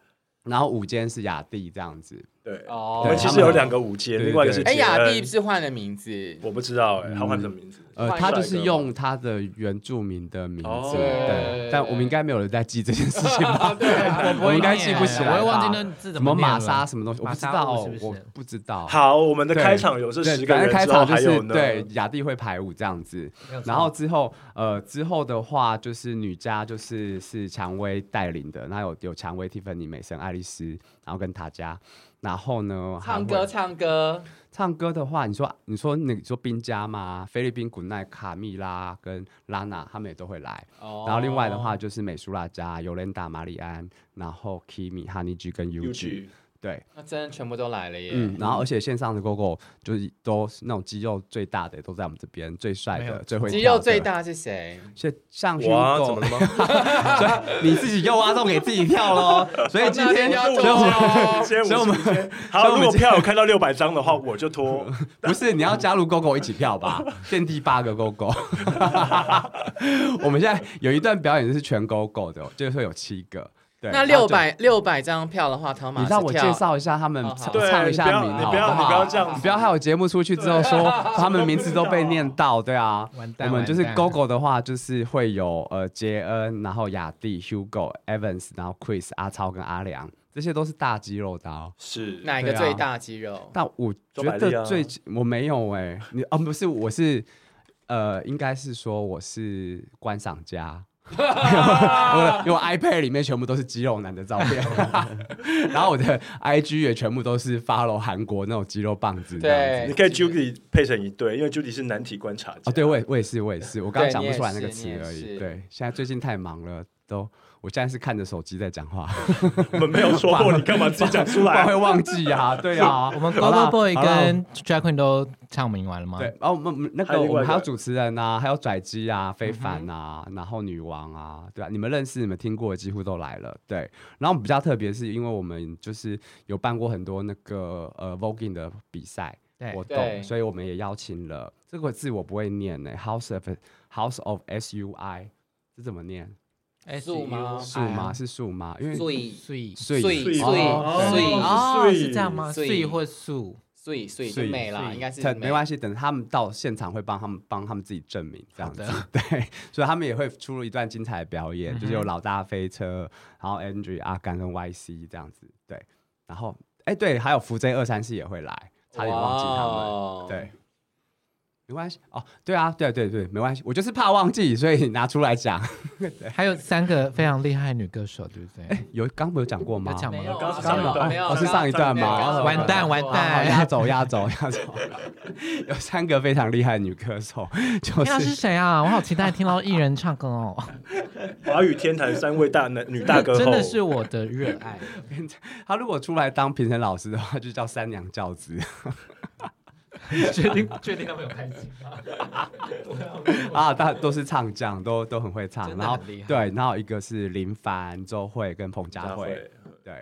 S4: 然后午间是雅蒂这样子，
S3: 对，
S1: 哦
S3: 我们其实有两个舞间，
S4: 对
S3: 另外一个是
S1: 哎，
S3: 杰
S1: 雅
S3: 恩
S1: 蒂是换了名字，
S3: 我不知道哎，他换什么名字？
S4: 呃，
S1: 换
S4: 他
S1: 帅
S4: 就是
S3: 哥
S4: 用他的原住民的名字，
S3: 哦
S4: 对，但我们应该没有人在记这件事情
S3: <laughs>
S4: 吧？
S1: 对
S2: <laughs>
S1: 啊
S4: 我我应该记不起来吧，
S2: 我会忘记那字
S4: 什
S2: 么
S4: 么
S2: 念
S4: 玛
S2: 了
S4: 莎什么东西，我
S2: 玛
S4: 不知
S2: 莎
S4: 道，
S2: 是不是
S4: 我不知道。
S3: 好，我们的
S4: 对
S3: 开场有这
S4: 对
S3: 十个
S4: 反正
S3: 人
S4: 开
S3: 之后
S4: 场就
S3: 还有
S4: 是
S3: 呢，
S4: 对雅蒂会排舞这样子，然后之后呃之后的话就是女家就是是蔷薇带领的，那有有蔷薇、蒂芬妮、美神、爱丽丝，然后跟塔家，然后呢还
S1: 唱
S4: 会
S1: 歌唱歌，
S4: 唱歌的话，你说你说那你说宾家嘛，菲律宾古奈、卡蜜拉跟拉娜他们也都会来。
S1: 哦
S4: 然后另外的话就是美苏拉加、尤伦达、玛丽安，然后 Kimi、Honey G 跟 UG，
S3: ，UG
S4: 对，
S1: 那真的全部都来了耶。
S4: 嗯，然后而且线上的 GoGo 就是都是那种肌肉最大的，都在我们这边，最帅
S2: 没有
S4: 的、最会
S1: 肌
S4: 跳
S1: 肉
S4: 的
S1: 最，大是谁？
S4: 像像
S3: 哇，怎
S4: Hugo，
S3: 么了
S4: <laughs>
S3: 吗？
S4: 所以你自己又挖洞给自己跳喽，所以今天
S1: 哦要哦
S4: 所以我们
S3: 今天
S4: 所以我
S3: 我
S4: 们
S3: 们
S4: 所以
S3: 好，
S4: 我
S3: 如
S4: 们
S3: 果票有看到六百张的话，我就
S4: <laughs>
S3: 脱。
S4: 不是，你要加入 GoGo 一起
S3: <laughs>
S4: 跳吧，垫第八个 GoGo。我们现在有一段表演是全 GoGo 的，就是会有七个。 <laughs> 对，
S1: 那
S4: 然后
S1: 六
S4: 就，
S1: 百六百张票的话，汤马
S4: 你
S1: 是
S4: 让我介
S1: 跳
S4: 绍一下他们
S1: 哦，好
S4: 唱
S3: 对，
S4: 唱一
S3: 你不
S4: 下
S3: 要，
S4: 名
S3: 你
S4: 好
S3: 不要，你
S4: 好？
S3: 不要这样
S4: 你
S3: 子
S4: 不。要害我节目出去之后说他们名字都被念到，对啊。
S2: 完蛋
S4: 我们就是
S2: 完蛋
S4: GoGo 的话，就是会有呃杰恩，然后雅蒂、Hugo、Evans，然后 Chris、阿超跟阿良，这些都是大肌肉的、哦。
S3: 是
S1: 哪一个
S4: 对啊
S1: 最大肌肉？
S4: 但我觉
S3: 周百利
S4: 得
S3: 啊
S4: 最、我没有哎、你啊不是我是呃应该是说我是观赏
S1: <laughs>
S4: 家，我的因为我 iPad 里面全部都是肌肉男的照
S1: <laughs>
S4: 片，然后我的 IG 也全部都是 follow 韩国那种肌肉棒子这样
S3: 你
S4: 子。
S1: 对
S3: 可以 Judy 配成一对，因为 Judy 是难题观察家。
S4: 哦，对，我也我也是我也是，我刚刚
S1: 对
S4: 讲
S1: 你
S4: 不
S1: 也
S4: 出来那
S1: 是
S4: 个
S1: 你
S4: 词
S1: 也
S4: 而已。
S1: 是
S4: 对，现在最近太忙了，都我现在是看着手机在讲
S1: <laughs>
S4: 话，
S3: 我们没有说
S4: <laughs>
S3: 过，你干嘛自己讲出
S4: 不然
S3: 来
S4: <laughs> 会？忘记啊。对
S1: <laughs>
S4: 啊，
S2: 我们 g
S4: 好
S2: o g
S4: 啦
S2: o Boy
S4: 好啦
S2: 跟 Drag Queen 都唱明完了吗？
S4: 对，，然后我们我们那
S3: 还
S4: 个
S3: 有另
S4: 我
S3: 外
S4: 们
S3: 一
S4: 还
S3: 个嗯
S4: 有主持人啊，还有拽机啊、非凡啊，然后女王啊，对啊，你们认识、你们听过的几乎都来了。对，然后我们比较特别，是因为我们就是有办过很多那个呃 voguing 的比赛
S2: 对
S4: 活
S1: 对
S4: 动，所以我们也邀请了这个字我不会念呢、h o u s e of House of S U I 这怎么念？
S1: 素吗
S3: 哦
S4: 树
S3: 哎
S4: 吗？？是树吗？因为
S1: 碎
S2: 碎
S4: 碎
S1: 碎
S4: 碎
S1: 碎
S4: 哦
S1: 碎
S2: 哦，
S3: 碎
S2: 是这样吗？
S1: 碎
S2: 碎或素，
S1: 碎碎就
S4: 碎
S1: 没啦，
S2: 碎
S1: 应该是
S4: 等没关
S1: 系。
S4: 系，等他们到现场会帮他们帮他们自己证明这样子 <laughs>
S2: 好的，
S4: 对，所以他们也会出入一段精彩的表演，就是
S2: 嗯
S4: 有
S2: 哼
S4: 老大飞车，然后 Andrew 阿甘跟 YC 这样子，对，然后哎、对，还有福 J 二三四也会来，差点忘记他们，
S1: 们
S4: 对，没关系哦，对啊，对对对，没关系，我就是怕忘记，所以拿出来讲， <laughs>
S2: 还有三个非常厉害的女歌手，对不对？
S4: 有刚不有讲过吗
S2: 有？讲吗
S1: 没有啊，
S3: 刚刚
S1: 没有
S3: 刚
S1: 没有
S4: 哦是上一段
S1: 没有
S4: 吗
S1: 刚刚
S2: 完蛋
S1: 没有
S2: 完蛋
S4: 好压轴压轴 <laughs> 压轴，有三个非常厉害的女歌手，
S2: <laughs>
S4: 就
S2: 天啊，是
S4: 是
S2: 谁啊？我好期待听到艺人唱歌哦，
S4: <laughs>
S3: 华语天坛三位大男女大歌后，
S2: 真的是我的热
S4: <laughs>
S2: 爱。
S4: 她如果出来当评审老师的话，就叫三娘教子。
S2: 确定确定他们有开心？
S4: 啊，大都是唱将，都都很会唱
S2: 真，的
S4: 然后
S2: 很厉害
S4: 对，然后一个是林凡、周慧跟彭佳
S3: 大
S4: 慧，
S3: 会。
S4: 对，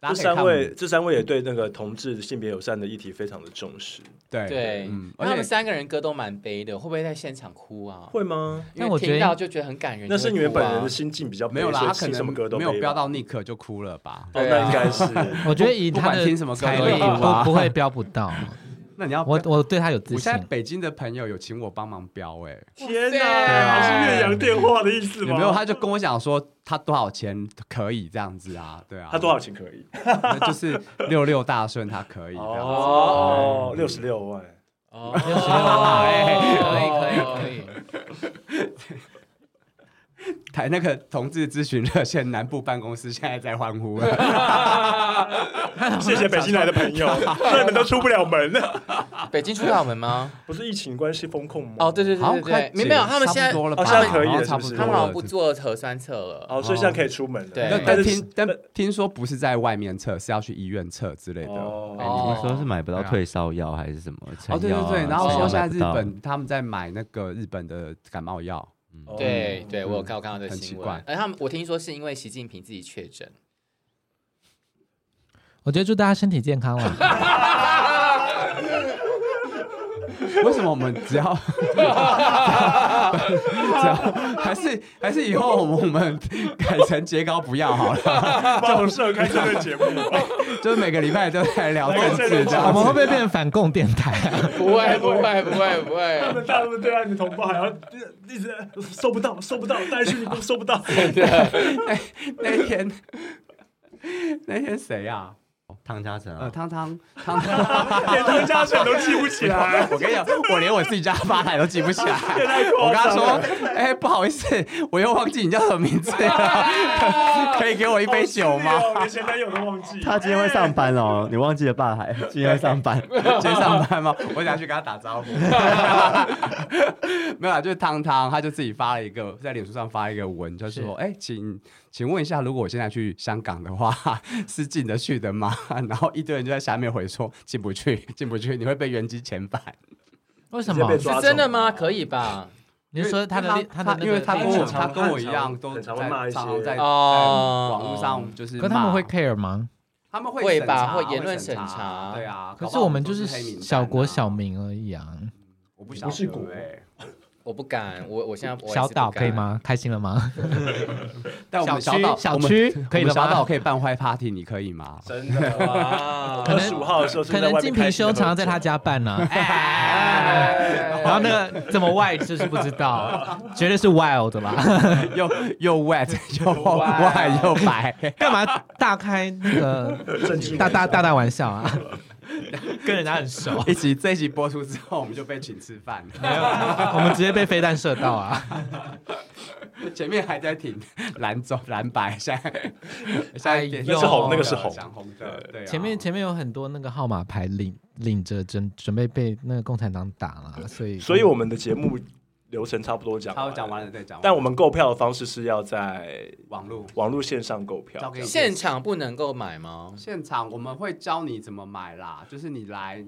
S4: 大
S3: 这
S4: 家可以看
S3: 三
S4: 我们
S3: 位，这三位也对那个同志性别友善的议题非常的重视，
S4: 对
S1: 对
S4: 嗯，，
S1: 那他
S4: 而
S1: 们
S4: 且
S1: 三个人歌都蛮悲的，会不会在现场哭啊？
S3: 会吗？
S1: 因为
S2: 但我觉得
S1: 听到就觉得很感人。
S3: 那是
S1: 就
S3: 你
S1: 会
S3: 们
S1: 哭啊
S3: 本人的心境比较悲
S4: 没有啦，
S3: 所以
S4: 他可
S3: 听什么歌都
S4: 能没有
S3: 悲
S4: 飙
S3: 吧
S4: 到尼克就哭了吧？
S3: 哦，
S1: 对啊
S3: 那应该
S4: <laughs>
S3: 是。
S2: 我觉得以
S4: 不
S2: 他
S4: 管
S2: 的
S4: 听什么歌
S2: 才
S4: 都
S2: 艺，啊
S4: 一样吧
S2: 不不会飙不到。
S4: 那你要
S2: 我我对他有自
S4: 我
S2: 信
S4: 现在。北京的朋友有请我帮忙飙，哎，
S3: 天
S1: 对
S3: 哪，
S1: 啊
S3: 是岳阳电话的意思
S4: 有
S3: 吗？
S4: 没有？他就跟我讲说他多少钱可以这样子啊？对啊，
S3: 他多少？钱可以？
S4: 就是六六大顺，他可以这样子。
S3: 哦哦，六十六万。
S4: <laughs>
S1: 哦，学好哎， <laughs> 可以可以可以。
S4: 台那个同志咨询热线南部办公室现在在
S1: <laughs>
S4: 欢呼了，
S3: 谢谢北京来的朋友， <laughs> 让你们都出不了门。
S1: 北京出大门吗？
S3: <laughs> 不是疫情关系封控吗？
S1: 哦，对对
S4: 好
S1: 对对
S4: 像快
S1: 对，没没有，
S4: 解
S1: 他们现
S4: 差
S1: 在
S4: 不多了
S3: 哦
S4: 吧，
S3: 现在可以了
S4: 差
S3: 是不
S4: 不多
S3: 是
S4: 了，
S1: 他们好像不做核酸测了。
S3: 哦，所以现在可以出门了。
S1: 对
S4: 那
S1: 哎
S4: 但
S3: 是
S4: 听但听说不是在外面测，是要去医院测之类的。
S3: 哦
S4: 哎
S1: 哦
S6: 那时候是买不到
S4: 对啊
S6: 退烧药还是什么？
S4: 哦，对
S6: 成药
S4: 对
S6: 啊
S4: 对，然后
S6: 成
S4: 说
S6: 药
S4: 现在
S6: 买不
S4: 日
S6: 到
S4: 本他们在买那个日本的感冒药， <laughs>
S3: 哦
S1: 对
S3: <laughs>
S1: 对，我有看我看到这个
S4: 嗯很
S1: 新
S4: 奇
S1: 闻
S4: 怪。
S1: 而他们我听说是因为习近平自己确诊， <laughs>
S2: 我觉得祝大家身体健康了。
S4: 为什么我们只要只要还是还是以后我们改成截稿不要好了，
S3: 帮我社开这个节目，
S4: 就是每个礼拜都在聊政治这 <laughs>
S2: 我
S4: 样
S2: 们会
S4: 子。
S2: 不会变成反共电台、
S4: <laughs>
S2: 啊？
S1: 不会不会不会不
S3: 他
S1: 会，
S3: 们大陆的对岸的同胞还要一直收不到，收不到，但是你不收不到。
S4: 那天那天谁呀？
S6: 汤家成
S4: 呃，
S6: 啊，
S4: 汤汤汤汤， <laughs>
S3: 连唐家成都记不起来，
S4: 我跟你讲，我连我自己家发台都记不起来。
S3: 也太
S4: <laughs> 我
S3: 夸
S4: 跟他
S3: 张
S4: 说
S3: 了。：“
S4: 哎、不好意思，我又忘记你叫什么名字了， <laughs> 可以给我一杯酒吗？
S3: 好失礼哦连前男友都忘记。
S6: 他今天会上班哦， <laughs> 你忘记了爸还今天会上班， <laughs>
S4: 今 <laughs> 天上班吗？我想去跟他打招呼。 <laughs> 没有啦，就是汤汤，他就自己发了一个在脸书上发了一个文，他说：‘哎、请请问一下，如果我现在去香港的话， <laughs> 是进得去的吗？’ <laughs> 然后一堆人就在下面回说：‘进不去，进不去，你会被原机遣返。’
S2: 为什
S3: 直
S2: 么
S3: 接被？抓
S1: 是真的吗？可以吧？
S2: 你是说他的
S4: 因为
S2: 他的那个
S4: 因为他跟我
S3: 很常
S4: 他跟我一样
S3: 很常
S4: 都
S3: 很
S4: 在
S3: 常会骂一些
S4: 常常在在
S1: 哦
S4: 网络上就是骂，
S2: 可他们会 care 吗？
S4: 他们
S1: 会
S4: 审
S1: 吧
S4: 查
S1: 会言论
S4: 审
S1: 审查
S4: 对啊。
S2: 可
S4: 搞
S2: 是
S4: 不好
S2: 我
S4: 我
S2: 们就
S4: 都
S2: 是
S4: 黑名单
S2: 小国
S4: 啊
S2: 小，民而已啊。
S4: 我不晓
S3: 不是
S4: 得
S3: 国
S4: 欸
S1: 我不敢，我我现在我还是
S2: 小
S1: 不
S2: 岛
S1: 敢
S2: 可以？吗？开心了吗？
S4: 但我们
S2: 小
S4: 小岛
S2: 区小
S4: 我们
S2: 区可以
S4: 我
S2: 了
S4: 们小
S2: 吗
S4: 岛可以办坏 party，你可以吗？
S3: 真的哇！
S2: 可能
S3: 二啊十五号的时候是不
S2: 可
S3: 是在
S2: 能
S3: 外
S2: 金
S3: 面
S2: 皮
S3: 开心
S2: 修
S3: 地喝酒，
S2: 常常在他家办呢、然后
S1: 哎，
S2: 那个怎么 wild 就是不知道，绝对是 wild 的啦。
S4: <laughs> 又又 wet <laughs> 又
S1: wet
S4: wet 又白， <laughs>
S2: 干嘛大开那个
S3: 政治
S2: 大大大大玩笑啊？跟人家很熟，
S4: 一集这一集播出之后，我们就被请吃饭 <laughs> 了。
S2: 没有，我们直接被飞弹射到啊！
S4: 前面还在挺 <laughs> 蓝中蓝白，现在现
S2: 哎
S4: 在点
S2: 那是红那
S3: 个是红
S4: 想红的，对啊，
S2: 前面前面有很多那个号码牌领领着准准备被那个共产党打了，所以
S3: 所以我们的节目流程差不多讲，
S4: 他讲。完了对讲完了，
S3: 但我们购票的方式是要在
S4: 网络
S3: 网络线上购
S4: 交
S3: 票，
S4: 给你
S1: 现场不能够买吗？
S4: 现场我们会教你怎么买啦，就是你来，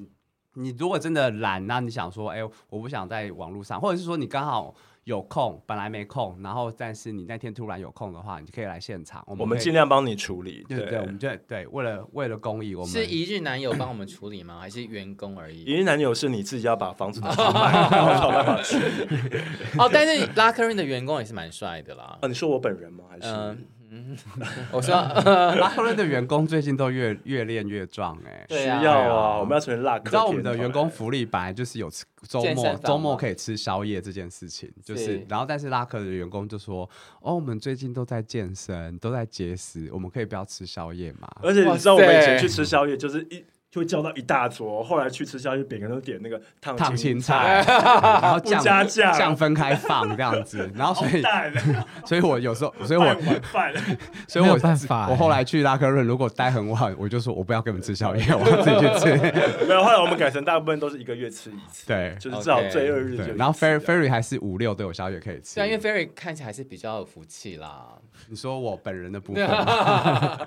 S4: 你如果真的懒，那你想说，哎、我不想在网络上，或者是说你刚好有空，本来没空，然后但是你那天突然有空的话，你可以来现场，我们
S3: 我
S4: 我
S3: 们尽量帮你处理。
S4: 对对对，我们就对，为了为了公益，我们
S1: 是一日男友帮我们处理吗？还是员工而已？
S3: 一日男友是你自己要
S1: <laughs>
S3: 把房子拿出来卖，然后找办法去。
S1: 哦，但是拉克瑞的员工也是蛮帅的啦。
S3: 啊，你说我本人吗？还是
S1: 嗯，嗯 <laughs> 我
S4: <laughs>
S1: 说，呃
S4: 拉克瑞的员工最近都越越练越壮、哎。
S1: 对
S3: 需
S1: 啊，
S3: 要啊？我们要成为辣客。
S4: 你知道我们的员工福利本来就是有吃周
S1: 健身
S4: 末
S1: 房
S4: 周末
S1: 吗
S4: 可以吃宵夜这件事情，就是是然后但是拉克的员工就说：“哦，我们最近都在健身，都在节食，我们可以不要吃宵夜吗？”
S3: 而且你知道我
S1: 哇
S3: 们
S1: 塞
S3: 以前去吃宵夜，就是一就会叫到一大桌，后来去吃宵夜，每个人都点那个烫
S4: 烫青
S3: 青
S4: 菜，，然后
S3: 不
S4: 酱
S3: 加价
S4: 酱分开放这样子，然后 <laughs> 所以
S3: 蛋，
S4: 所以我有时候，所以我
S3: 半碗饭。
S4: 所以
S2: 没
S4: 我
S2: 有办法欸
S4: 我后来去拉克润，如果待很晚，我就说我不要跟你们吃宵夜，我要自己去
S3: <laughs>
S4: 吃。
S3: 没有，后来我们改成大部分都是一个月吃一次，
S4: 对
S3: 就是至少
S1: OK
S3: 最二日就一
S4: 对，
S3: 次。
S4: 然后 Ferry Ferry 还是五六都有宵夜可以吃
S1: 对啊，。因为 Ferry 看起来还是比较有福气啦。
S4: 你说我本人的
S1: <laughs>
S4: 部
S1: 对
S4: 分，
S1: 啊，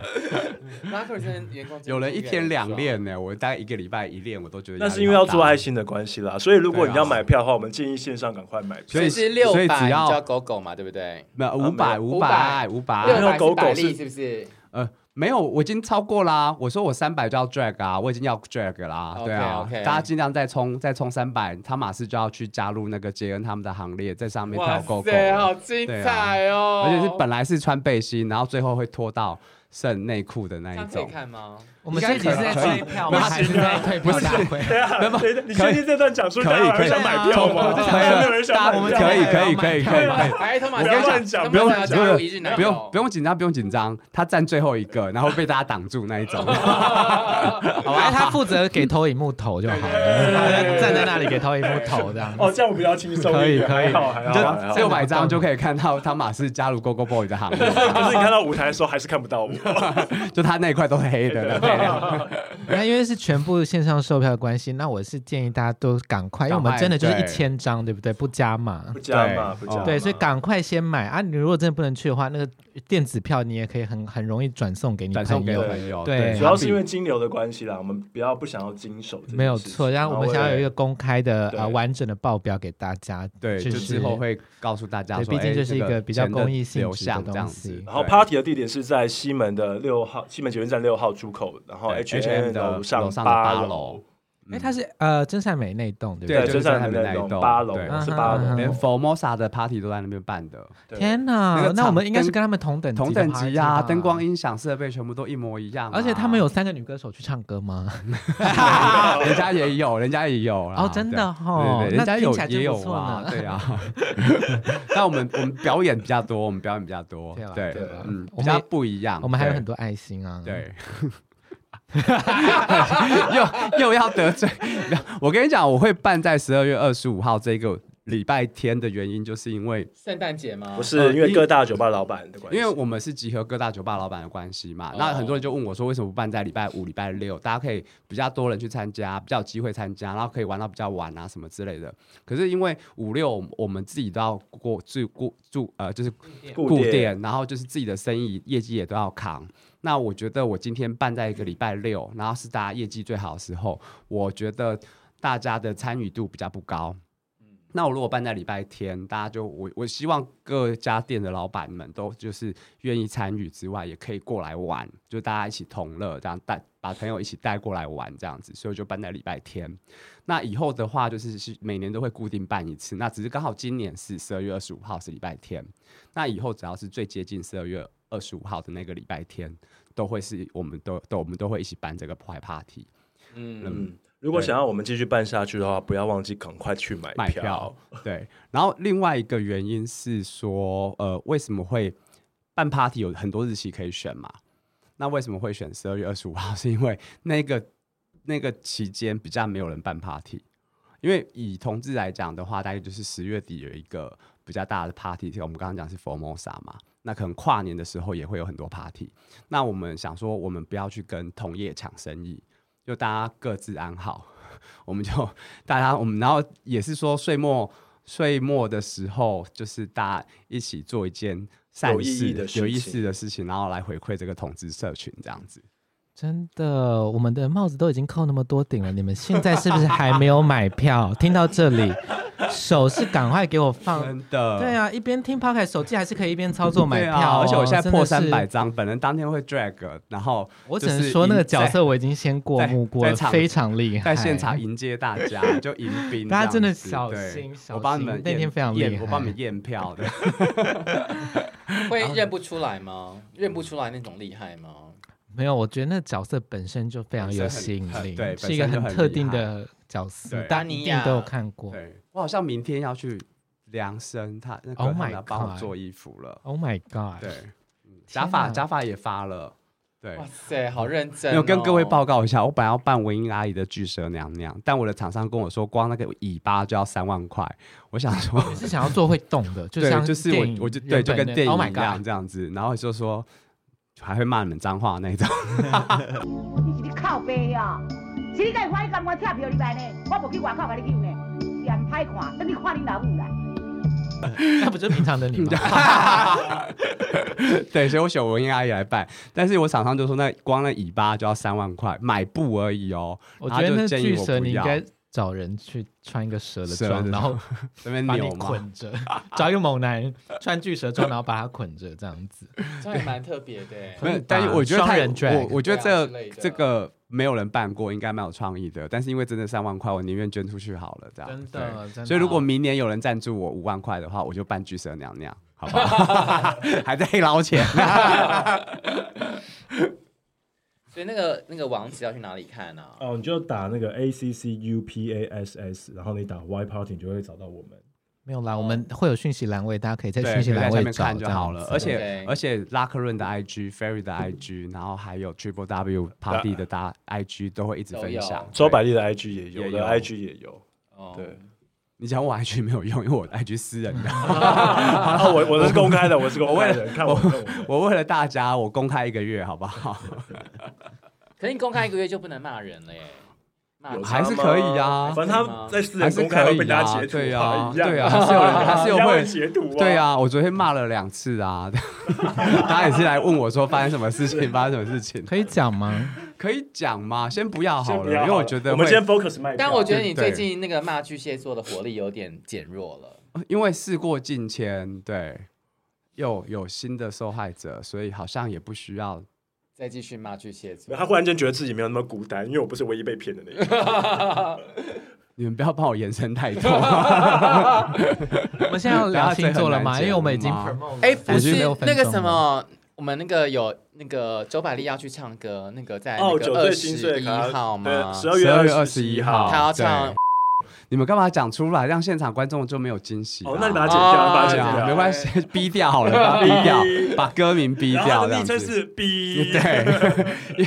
S1: 拉克瑞真的员工真的
S4: 有人一天两
S1: 越来越
S4: 练呢，我大概一个礼拜一练，我都觉得
S3: 那
S4: 压力
S3: 是因为要
S4: 好大
S3: 做爱。心的关系啦，所以如果你要
S4: 对啊
S3: 买票的话，我们建议线上赶 <laughs> 快买票
S4: 所。
S1: 壮，
S4: 以
S1: 是六
S4: 所以
S1: 百
S4: 只要
S1: 叫狗狗嘛，对不对？
S4: 没有五
S1: 没
S4: 百
S1: 有
S4: 五百五
S1: 六
S4: 百，
S1: 百
S3: 狗狗
S1: 百
S3: 是
S1: 例是不是？
S4: 呃，没有，我已经超过啦。我说我三百就要 drag 啊，我已经要 drag 啦。
S1: OK，
S4: 对啊
S1: OK
S4: 大家尽量再冲，再冲三百，汤马斯就要去加入那个杰恩他们的行列，在上面跳勾勾。
S1: 塞，好精
S4: 啊
S1: 彩哦！
S4: 而且是本来是穿背心，然后最后会脱到剩内裤的那
S1: 这
S4: 一
S1: 样可以
S4: 种。
S1: 看吗？
S2: 我们这集是在
S4: 可以
S2: 追票
S4: 没
S2: 吗？
S4: 有
S2: 还是在退票大会？
S3: 等一下，等一啊下，你确定这段讲述大家还
S4: 可以
S3: 会想买
S2: 可以
S3: 票吗？
S2: 我就想
S3: 啊大家没有人
S4: 说
S3: 想
S2: 大家
S3: 买票吗，
S2: 我们
S4: 可以可以可以可以可以，
S1: <laughs> 哎，托马
S3: 不
S1: 斯
S3: 要
S1: 要
S3: 乱讲
S1: 讲，
S4: 不用
S1: 加入
S4: 不用
S1: 一日男
S4: 不
S1: 友
S4: <laughs> 用不，用紧张，不用紧张，他站最后一个，然后被大家挡住那一
S3: <laughs>
S4: 种。
S3: 啊
S2: 反正哎他负责给投影木头
S4: <laughs>
S2: 就好了，他站在那里给投影木头这样子。
S3: 哦，这样我比较轻松
S2: 可
S3: 一
S2: 以
S3: 点，
S2: 可以
S3: 还好还好啊还好。
S4: 就六百张就可以看到汤马士加入 Go Go Boy 的行
S3: <laughs>
S4: 列，
S3: 可是你看到舞台的时候还是看不 <laughs> 到我，
S4: 就他那一块都是黑的那配
S2: <laughs>
S4: 料。
S2: 那因为是全部线上售票的关系，那我是建议大家都赶快，因为我们
S4: 赶快
S2: 真的就是一
S4: 对
S2: 千张，对不对？不加码。
S3: 不加嘛，不
S4: 对
S3: 加嘛。
S4: 哦
S2: 对，所以赶快先买啊！你如果真的不能去的话，那个电子票你也可以很很容易转送给你
S4: 转送
S2: 朋
S4: 给
S2: 友。
S4: 朋友，
S2: 对
S3: 主要是因为金流的关系啦，我们比较不想要经手这件事情。
S2: 没有错，然后我们想要有一个公开的
S3: 对
S2: 呃完整的报表给大家。
S4: 对，
S2: 就
S4: 就是之后会告诉大家
S2: 对
S4: 说，
S2: 毕竟
S4: 哎
S2: 这是一
S4: 这
S2: 个比较
S4: 钱的
S2: 公益性
S4: 流
S2: 质的
S4: 向这样
S2: 东西
S4: 子。
S3: 然后
S4: 对
S3: party 的地点是在西门的六号，西门捷运站六号出口，然后
S4: 对
S3: H N
S4: 的
S3: 楼上
S4: 的
S3: 八
S4: 八
S3: 楼，，
S2: 哎，它是呃真善美那一栋，对不
S4: 嗯对，
S2: 对？
S4: 就
S3: 就是在
S4: 在
S3: 那
S4: 那一
S3: 栋
S4: 栋
S3: 八楼
S4: 对
S2: 嗯
S3: 是八
S2: 嗯
S3: 楼，
S4: 连 Formosa 的 party 都在那边办的，
S3: 对
S2: 天哪
S4: 那，个
S2: 那我们
S4: 场
S2: 应该是
S4: 灯
S2: 跟他们同等
S4: 同
S2: 的
S4: 等
S2: party
S4: 级
S2: 吧
S4: 啊，灯光、音响、设备全部都一模一样啊。
S2: 而且他们有三个女歌手去唱歌吗？
S4: 人家也有，人家也有啦
S2: 哦真的
S4: 啊对
S2: 哦
S4: 对对
S2: 那
S4: 人家
S2: 听
S4: 有
S2: 起来真
S4: 也
S2: 不
S4: 有
S2: 错
S4: 啊，
S2: 呢
S4: 对啊。但我们我们表演比较多，我们表演比较多
S2: 对啦，
S4: 对
S2: 对啦，
S4: 嗯，
S2: 我
S4: 比
S2: 们
S4: 较
S2: 也
S4: 不一样。
S2: <laughs> 我们还有
S4: 对
S2: 很多爱心啊。，
S4: 对。又又要得罪，我跟你讲，我会办在十二月二十五号这个礼拜天的原因，就是因为
S1: 圣诞节吗？
S3: 不是因为各大酒吧老板的关系，
S4: 哦因为我们是集合各大酒吧老板的关系嘛，
S1: 哦
S4: 那很多人就问我说，为什么不办在礼拜五、礼拜六？大家可以比较多人去参加，比较有机会参加，然后可以玩到比较晚啊什么之类的。可是因为五六我们自己都要过住过住呃，就是
S3: 固
S4: 固
S3: 店
S4: 店，然后就是自己的生意业绩也都要扛。那我觉得我今天办在一个礼拜六，然后是大家业绩最好的时候，我觉得大家的参与度比较不高。那我如果办在礼拜天，大家就我我希望各家店的老板们都就是愿意参与之外，也可以过来玩，就大家一起同乐，这样带把朋友一起带过来玩这样子，所以就办在礼拜天。那以后的话，就是是每年都会固定办一次，那只是刚好今年是十二月二十五号是礼拜天，那以后只要是最接近十二月二十五号的那个礼拜天，都会是我们都都我们都会一起办这个派 party
S1: 嗯，
S3: 嗯，如果想要我们继续办下去的话，不要忘记赶快去买
S4: 卖票，，对。然后另外一个原因是说，呃，为什么会办 party 有很多日期可以选嘛？那为什么会选十二月二十五号？ <laughs> 是因为那个那个期间比较没有人办 party，因为以同志来讲的话，大概就是十月底有一个比较大的 party，我们刚刚讲是 Formosa 嘛，那可能跨年的时候也会有很多 party。那我们想说，我们不要去跟同业抢生意，就大家各自安好。 <laughs> 我们就大家我们然后也是说岁末岁末的时候，就是大家一起做一件善
S3: 有意
S4: 事、
S3: 义的事
S4: 有意
S3: 情嗯
S4: 思的事情，然后来回馈这个同志社群这样子。
S2: <laughs> 真的，我们的帽子都已经扣那么多顶了，你们现在是不是还没有买票？听到这里，手是赶快给我放。
S4: 真的，
S2: 对啊，一边听 p o c a s t 手机还是可以一边操作买
S4: 对
S2: 票、哦
S4: 啊，而且我现在破三百
S2: 张，
S4: 张，本人当天会 drag，然后
S2: 我只
S4: 就是
S2: 能说那个
S4: 赢
S2: 角色我已经先过
S4: 在
S2: 目过
S4: 在
S2: 了，
S4: 场
S2: 非常厉害。
S4: 在在现场迎接大家，就迎宾这样子。
S2: 大家真的小
S4: 对
S2: 心小
S4: 我帮你
S2: 心
S4: 们
S2: 那天
S4: 验
S2: 非常厉
S4: 验我帮你
S2: 害
S4: 们验
S2: <laughs>
S4: 票的。
S1: 会认不出来吗？认不出来那种厉害吗？
S2: 没有，我觉得那角色本身就非常有
S4: 本身很
S2: 吸引力，
S4: 对
S2: 是一个
S4: 本身就很
S2: 特定
S4: 厉害
S2: 的角色，
S4: 对
S2: 大家一定都有看过。
S4: 对，我好像明天要去量身，他那
S2: Oh
S4: 个
S2: my
S4: 他要帮我
S2: God
S4: 做衣服了。
S2: Oh my god！
S4: 对，嗯假发
S2: 哪
S4: 假发也发了。对，
S1: 哇塞，好认真、哦！
S4: 没有跟各位报告一下，我本来要办文英阿姨的巨蛇娘娘，但我的厂商跟我说，光那个尾巴就要三万块。我想说，
S2: 你是想要做会动的，就
S4: 对，
S2: 像
S4: 就是
S2: 电
S4: 我
S2: 影
S4: 我就
S2: 原
S4: 对，就
S2: 本
S4: 跟
S2: 那
S4: 电
S2: Oh
S4: 影
S2: my
S4: 一样
S2: god！
S4: 这样子，然后就说还会骂你们脏话
S2: <laughs>
S4: 那一种。
S7: 你是你靠背啊！是你甲欢喜感我拆票你来呢？我无去外口甲你救呢，嫌歹看，等你看你老母啦。
S2: 那不就是平常的你吗？
S4: <laughs> 对，所以我选文英阿姨来办，但是我厂商就说那光那尾巴就要三万块，买布而已哦。
S2: 我
S4: 然
S2: 觉得
S4: 后就
S2: 那
S4: 建
S2: 巨
S4: 议我
S2: 蛇
S4: 不
S2: 你应
S4: 要
S2: 该找人去穿一个蛇的
S4: 蛇
S2: 装，
S4: 的
S2: 然后
S4: 那边
S2: 把你
S4: 扭嘛。
S2: 捆着，找一个猛男穿巨蛇装，然后把他捆着这样子。
S1: 这还蛮特别的耶。
S4: 没有
S2: 捆
S4: 但是
S2: 绑
S4: 我觉得
S2: 双
S4: 太
S2: 人 drag
S4: 我我觉得
S1: 对啊
S4: 这
S1: 之类的
S4: 这个没有人办过，应该蛮有创意的。但是因为真的三万块，我宁愿捐出去好了，这样
S2: 真
S4: 对
S2: 的，真的。
S4: 所以如果明年有人赞助我五万块的话，我就办巨蛇娘娘，好 <laughs> 不好？还在捞钱。
S1: 所以那个那个网址要去哪里看呢、啊？
S8: 哦，你就打那个 A C C U P A S S，然后你打 Y Party，你就会找到我们。
S2: 没有啦，我们会有讯息栏位，大家可以在
S4: 对，
S2: 讯息
S4: 可以
S2: 栏位
S4: 在下面
S2: 找
S4: 看就好了。
S1: 对
S4: 而且而且拉克润的 IG、Ferry 的 IG，然后还有 Triple W Party 的大 IG 都会一直
S1: 都
S4: 分
S1: 有
S4: 享。
S3: 周
S4: 对
S3: 百丽的 IG 也有，
S4: 也
S3: 我的
S4: 有
S3: IG 也有。
S1: 哦，
S3: 对，
S4: 你讲我 IG 没有用，因为我的 IG 私人
S1: <laughs>
S4: 的。
S3: 啊，我我的是公开的，
S4: <laughs>
S3: 我是公开的，看我看我的。
S4: 我为了大家，我公开一个月好不好？
S1: 可是你公开一个月就不能骂人了耶，骂
S3: 有
S1: 人
S3: 差
S4: 还是可以啊
S3: 反正他们在私
S4: 还
S3: 人
S4: 是
S3: 公开
S4: 可
S3: 会
S4: 以
S3: 被大家截
S4: 啊，
S3: 图，
S4: 对啊，
S3: 一样
S4: 对啊，还是有人，还是有
S3: <laughs> 一样
S4: 会
S3: 会截图啊，
S4: 对，啊，我昨天骂了两次啊， <laughs> 他也是来问我说发生什么
S1: <laughs>
S4: 事情，发生什么事情，
S2: 可以讲吗？
S4: 可以讲吗？先不要
S3: 先
S4: 好
S3: 不
S4: 了，
S3: 要
S4: 因为
S3: 好
S4: 我
S3: 了
S4: 觉得
S3: 我们
S4: 会
S3: 先 focus 卖票。
S1: 但我觉得你最
S4: 对
S1: 近那个骂巨蟹座的活力有点减弱了。
S4: 因为事过境迁，对，又有新的受害者，所以好像也不需要。
S1: 再继续骂巨蟹座
S4: <laughs>
S3: 他，忽然间觉得自己没有那么孤单，因为我不是唯一被骗的那一个。
S4: 你们不要帮我延伸太
S2: <laughs>
S4: 多，
S2: <laughs> 我们现在要聊星座了
S4: 大
S2: 吗？
S4: 家这很难
S2: 因为我们已经
S4: 讲
S2: promote 了
S1: 哎，不
S2: 36
S1: 是
S2: 分
S1: 那个
S2: 钟
S1: 什
S2: 了，
S1: 么，我们那个有那个周百丽要去唱歌，那个在那
S3: 哦，
S1: 个
S3: 酒
S1: 二
S3: 醉心
S1: 十
S3: 碎
S1: 一
S3: 卡拉，
S1: 号吗
S3: 对，？十二
S4: 12
S3: 月
S4: 月
S3: 二
S4: 21
S1: 他
S3: 号
S4: 号。
S1: 要唱，
S4: 你们干嘛讲出来，让现场观众就没有惊喜、啊？
S3: 哦，那你把它
S1: 哦
S3: 剪掉，你把它
S4: 对
S3: 剪
S4: 啊
S3: 掉，
S4: 没关系，逼掉好了，把它逼掉，把歌名逼
S3: 然后
S4: 掉，
S3: 他的
S4: 这样
S3: 昵称
S4: 子。
S3: 是 B，
S4: 对，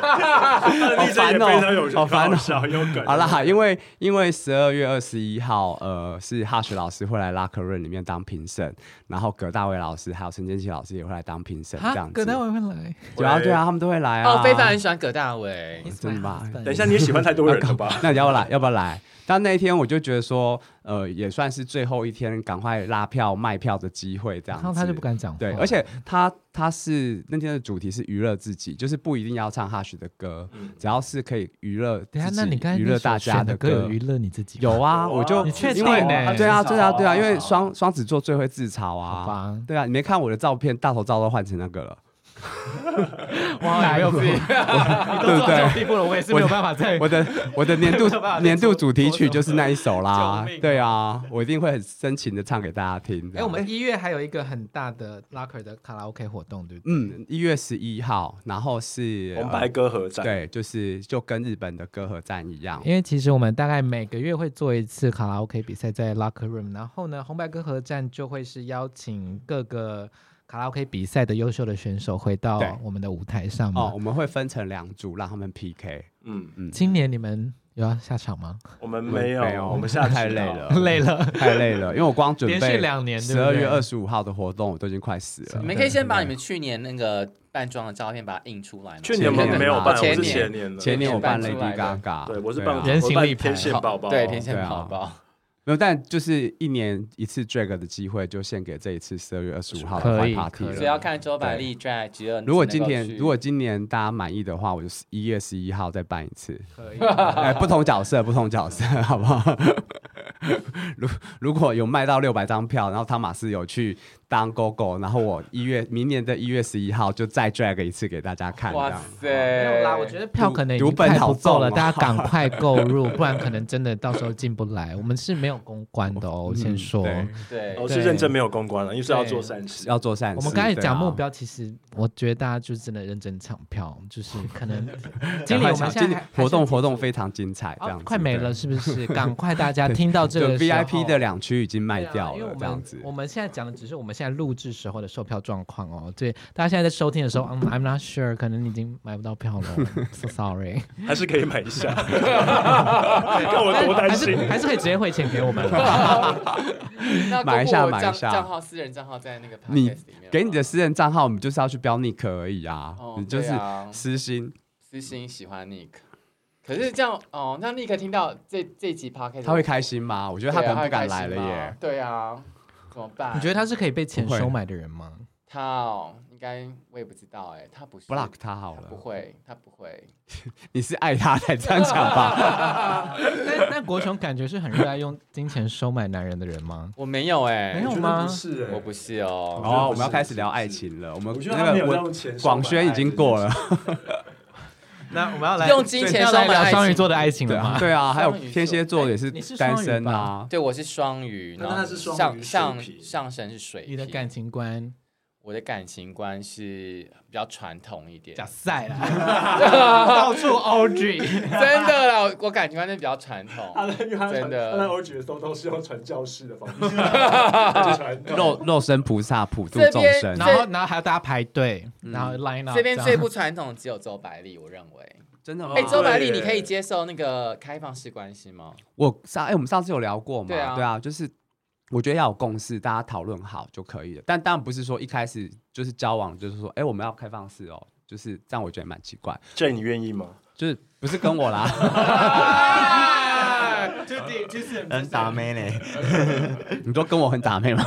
S3: 他的昵称也非常有
S4: 好烦哦
S3: 搞笑有梗。
S4: 好啦，因为因为十二月二十一号，呃，是哈雪老师会来拉克润里面当评审，然后葛大为老师还有陈建奇老师也会来当评审，这
S2: 哈
S4: 样，子。
S2: 葛大伟啊会来，
S4: 对啊，对啊，他们都会来啊。
S1: 哦，非凡很喜欢葛大为，
S4: 真的吗
S2: It's my husband
S3: 等一下，你也喜欢太多人了吧？
S4: 那你要不要来？要不要来？但那一天我就觉得说，呃，也算是最后一天，赶快拉票卖票的机会，这样
S2: 然
S4: 子。
S2: 后他就不敢讲话。
S4: 对，而且他他是那天的主题是娱乐自己，就是不一定要唱哈许的歌，
S2: 嗯
S4: 只要是可以娱乐自
S2: 等一下，那你
S4: 己
S2: 刚才
S4: 娱
S2: 那
S4: 乐
S2: 首
S4: 大家
S2: 选的歌
S4: 歌
S2: 有。娱乐你自己吗？
S4: 有啊，
S3: 有啊
S4: 我就
S3: 你
S2: 确定
S4: 因为
S2: 呢
S4: 对啊，
S3: 至少
S4: 对啊，对啊，
S3: 至
S4: 因
S3: 少
S4: 为双双子座最会自嘲
S2: 好
S4: 啊。
S2: 吧，
S4: 对啊，你没看我的照片，大头照都换成那个了。
S2: 哇，没有
S4: <laughs>
S2: 自己，你都做到这种地步了，我也是没有办法再 <laughs>
S4: 我的我的年度
S2: 没有办法再
S4: 年度
S2: 做
S4: 主题
S2: 做
S4: 曲
S2: 什
S4: 就是
S2: 么
S4: 那一首啦
S2: 救命。
S4: 对啊，我一定会很深情的唱给大家听。
S2: 哎、我们一月还有一个很大的 Locker 的卡拉 OK 活动，对不对？
S4: 嗯，一月十一号，然后是
S3: 红
S4: 呃
S3: 白歌合战，
S4: 对，就是就跟日本的歌合战一样。
S2: 因为其实我们大概每个月会做一次卡拉 OK 比赛在 Locker Room，然后呢，红白歌合战就会是邀请各个卡拉 OK 比赛的优秀的选手回到
S4: 对
S2: 我们的舞台上嘛。
S4: 哦，我们会分成两组让他们 PK。
S3: 嗯，
S4: 嗯，
S2: 今年你们有要下场吗？
S3: 我们没
S4: 没有
S3: 有，我们下去啊
S4: 太累了
S2: <laughs> 累了，
S4: 太累了，因为我光准备
S2: 连续两年对
S4: 十
S2: 不
S4: 二
S2: 对
S4: 月二十五号的活动，我都已经快死
S1: 你
S4: 了。
S1: 们可以先把你们去年那个扮装的照片把它印出来吗？
S3: 去年我们没有办，我
S1: 前
S3: 是
S1: 年
S3: 前年的，
S4: 前年我办
S1: 前年
S4: Lady
S1: 办
S4: Gaga，
S3: 对我是
S4: 啊
S3: 办
S2: 人形
S3: 我办
S2: 立牌
S3: 天线宝宝，
S1: 对天线
S4: 对啊
S1: 宝宝，
S4: 没有，但就是一年一次 drag 的机会，就献给这一次十二月二十五号的
S2: 可
S4: Fly
S2: 以
S4: party
S2: 可
S4: 了。
S1: 所以要看周百丽 drag 只有
S4: 啊如果今天如果今年大家满意的话，我就一月十一号再办一次。
S2: 可以。
S4: 哎，不同角色，不同角色， <laughs> 好不好？如如果有卖到六百张票，然后汤马斯有去当 GO GO，然后我一月明年的一月十一号就再 drag 一次给大家看，这
S1: 哇
S4: 样。
S1: 塞，
S2: 没有啦，我觉得票可能已经
S4: 读哎本
S2: 快不
S4: 好
S2: 够了，
S4: 重哦
S2: 大家赶快购
S4: <laughs>
S2: 入，不然可能真的到时候进不来。我们是没有公关的哦，我先说。
S4: 嗯对
S1: 对
S3: 哦我是认真没有公关了，因为是要做善事。
S4: 要做善事。
S2: 我们刚才
S4: 对啊
S2: 讲目，标，其实我觉得大家就真的认真抢票，就是可
S4: <laughs>
S2: 能经
S4: 赶
S2: 理
S4: 快
S2: 我
S4: 抢
S2: 们
S4: 今
S2: 现在
S4: 年
S2: 还
S4: 活动活。
S2: 还
S4: 动
S2: 是
S4: 非常精彩，这
S2: 哦
S4: 样子、
S2: 快没
S4: 对
S2: 了，。是不是？赶快大家听到这
S4: <laughs> 就
S2: 个
S4: VIP 的
S2: 两
S4: 两区已经卖掉
S2: 啊因为
S4: 了
S2: 我，
S4: 这样
S2: 们
S4: 子。
S2: 我们现在讲的只是我们现在录制时候的售票状况哦。对，大家现在在收听的时候
S4: <laughs>
S2: 嗯，I'm not sure，可能你已经买不到票了，so sorry。
S3: 还是可以买
S1: <laughs>
S3: 一下，看我多担
S2: 还
S3: 心
S2: 是。还是可以直接汇钱给我们。
S1: 那
S4: 买一下
S1: 公布我
S4: 买一
S1: 账
S4: 下
S1: 账号私人账号在那个 podcast
S4: 你
S1: 里面吗
S4: 给你的私人账号，我们就是要去标 Nick 而已啊，
S1: 哦
S4: 你就是
S1: 对啊
S4: 私心，
S1: 私心喜欢 Nick，可是这样哦，那 Nick 听到这这集 podcast
S4: 他会开，心吗？我觉得他
S1: 对
S4: 可
S1: 啊
S4: 能不敢
S1: 他
S4: 来
S1: 会
S4: 了
S1: 开心吗
S4: 耶。
S1: 对啊，怎么办？
S2: 你觉得他是可以被钱
S4: 不会
S2: 收买的人吗？
S1: 他哦，应该我也不知道哎，他不是
S4: block 他好
S1: 他不
S4: 了，
S1: 会，他不会，
S4: 你是爱他才这样讲吧？
S1: <laughs>
S2: 但但国雄感觉是很热爱用金钱收买男人的人吗？
S1: 我没有哎，
S2: 没有吗
S3: 我觉得不是欸
S1: 我不是哦，
S4: 哦，我们要开始聊爱情了。我们
S3: 我觉得他
S4: 那
S3: 没
S4: 个
S3: 有在
S4: 我啊
S3: 用钱收买
S4: 广轩已经过了，
S2: 那我们要来
S1: 用金钱
S2: 要
S1: 收买
S2: 来聊
S1: 爱情
S2: 双鱼座的爱情
S4: 对
S2: 了
S4: 啊，
S2: 吗？
S4: 对啊，还有
S1: 双鱼座
S4: 天蝎座也是
S2: 哎你是
S4: 单
S2: 双鱼
S4: 身
S2: 吧
S4: 啊。
S1: 对，我是双鱼，
S3: 那
S1: 然后
S3: 他是双
S1: 上
S3: 鱼水
S1: 上
S3: 瓶
S1: 上身是水瓶，
S2: <laughs> 你的感情观，
S1: 我的感情观是比较传统一点，
S2: 假赛啦，到处 Audrey，
S1: 真的啦，我我感情观是比较传统。
S3: 他在因为他
S1: 真的
S3: 他在欧局的时候都是用传教士的方式他就
S1: <laughs>
S3: 传道
S4: 肉肉身菩萨普度
S1: 这
S4: 众
S1: 边
S4: 生
S2: <laughs>
S4: 啊
S2: 然，后然后还要大家排队，然后 line up
S1: 这边
S2: 样
S1: 最不传统只有周百丽，我认为。
S4: 真的吗
S1: 哎、？周百丽，
S3: 哦对
S1: 你可以接受那个开放式关系吗？
S4: 我上哎、我们上次有聊过嘛？
S1: 对啊
S4: 就是我觉得要有共识，大家讨论好就可以了。但当然不是说一开始就是交往，就是说哎、我们要开放式哦，就是这样，我觉得蛮奇怪，
S3: 这你愿意吗？
S4: 就是不是跟我啦，
S3: 哎
S6: 很打妹嘞，
S4: 你都跟我很打妹吗？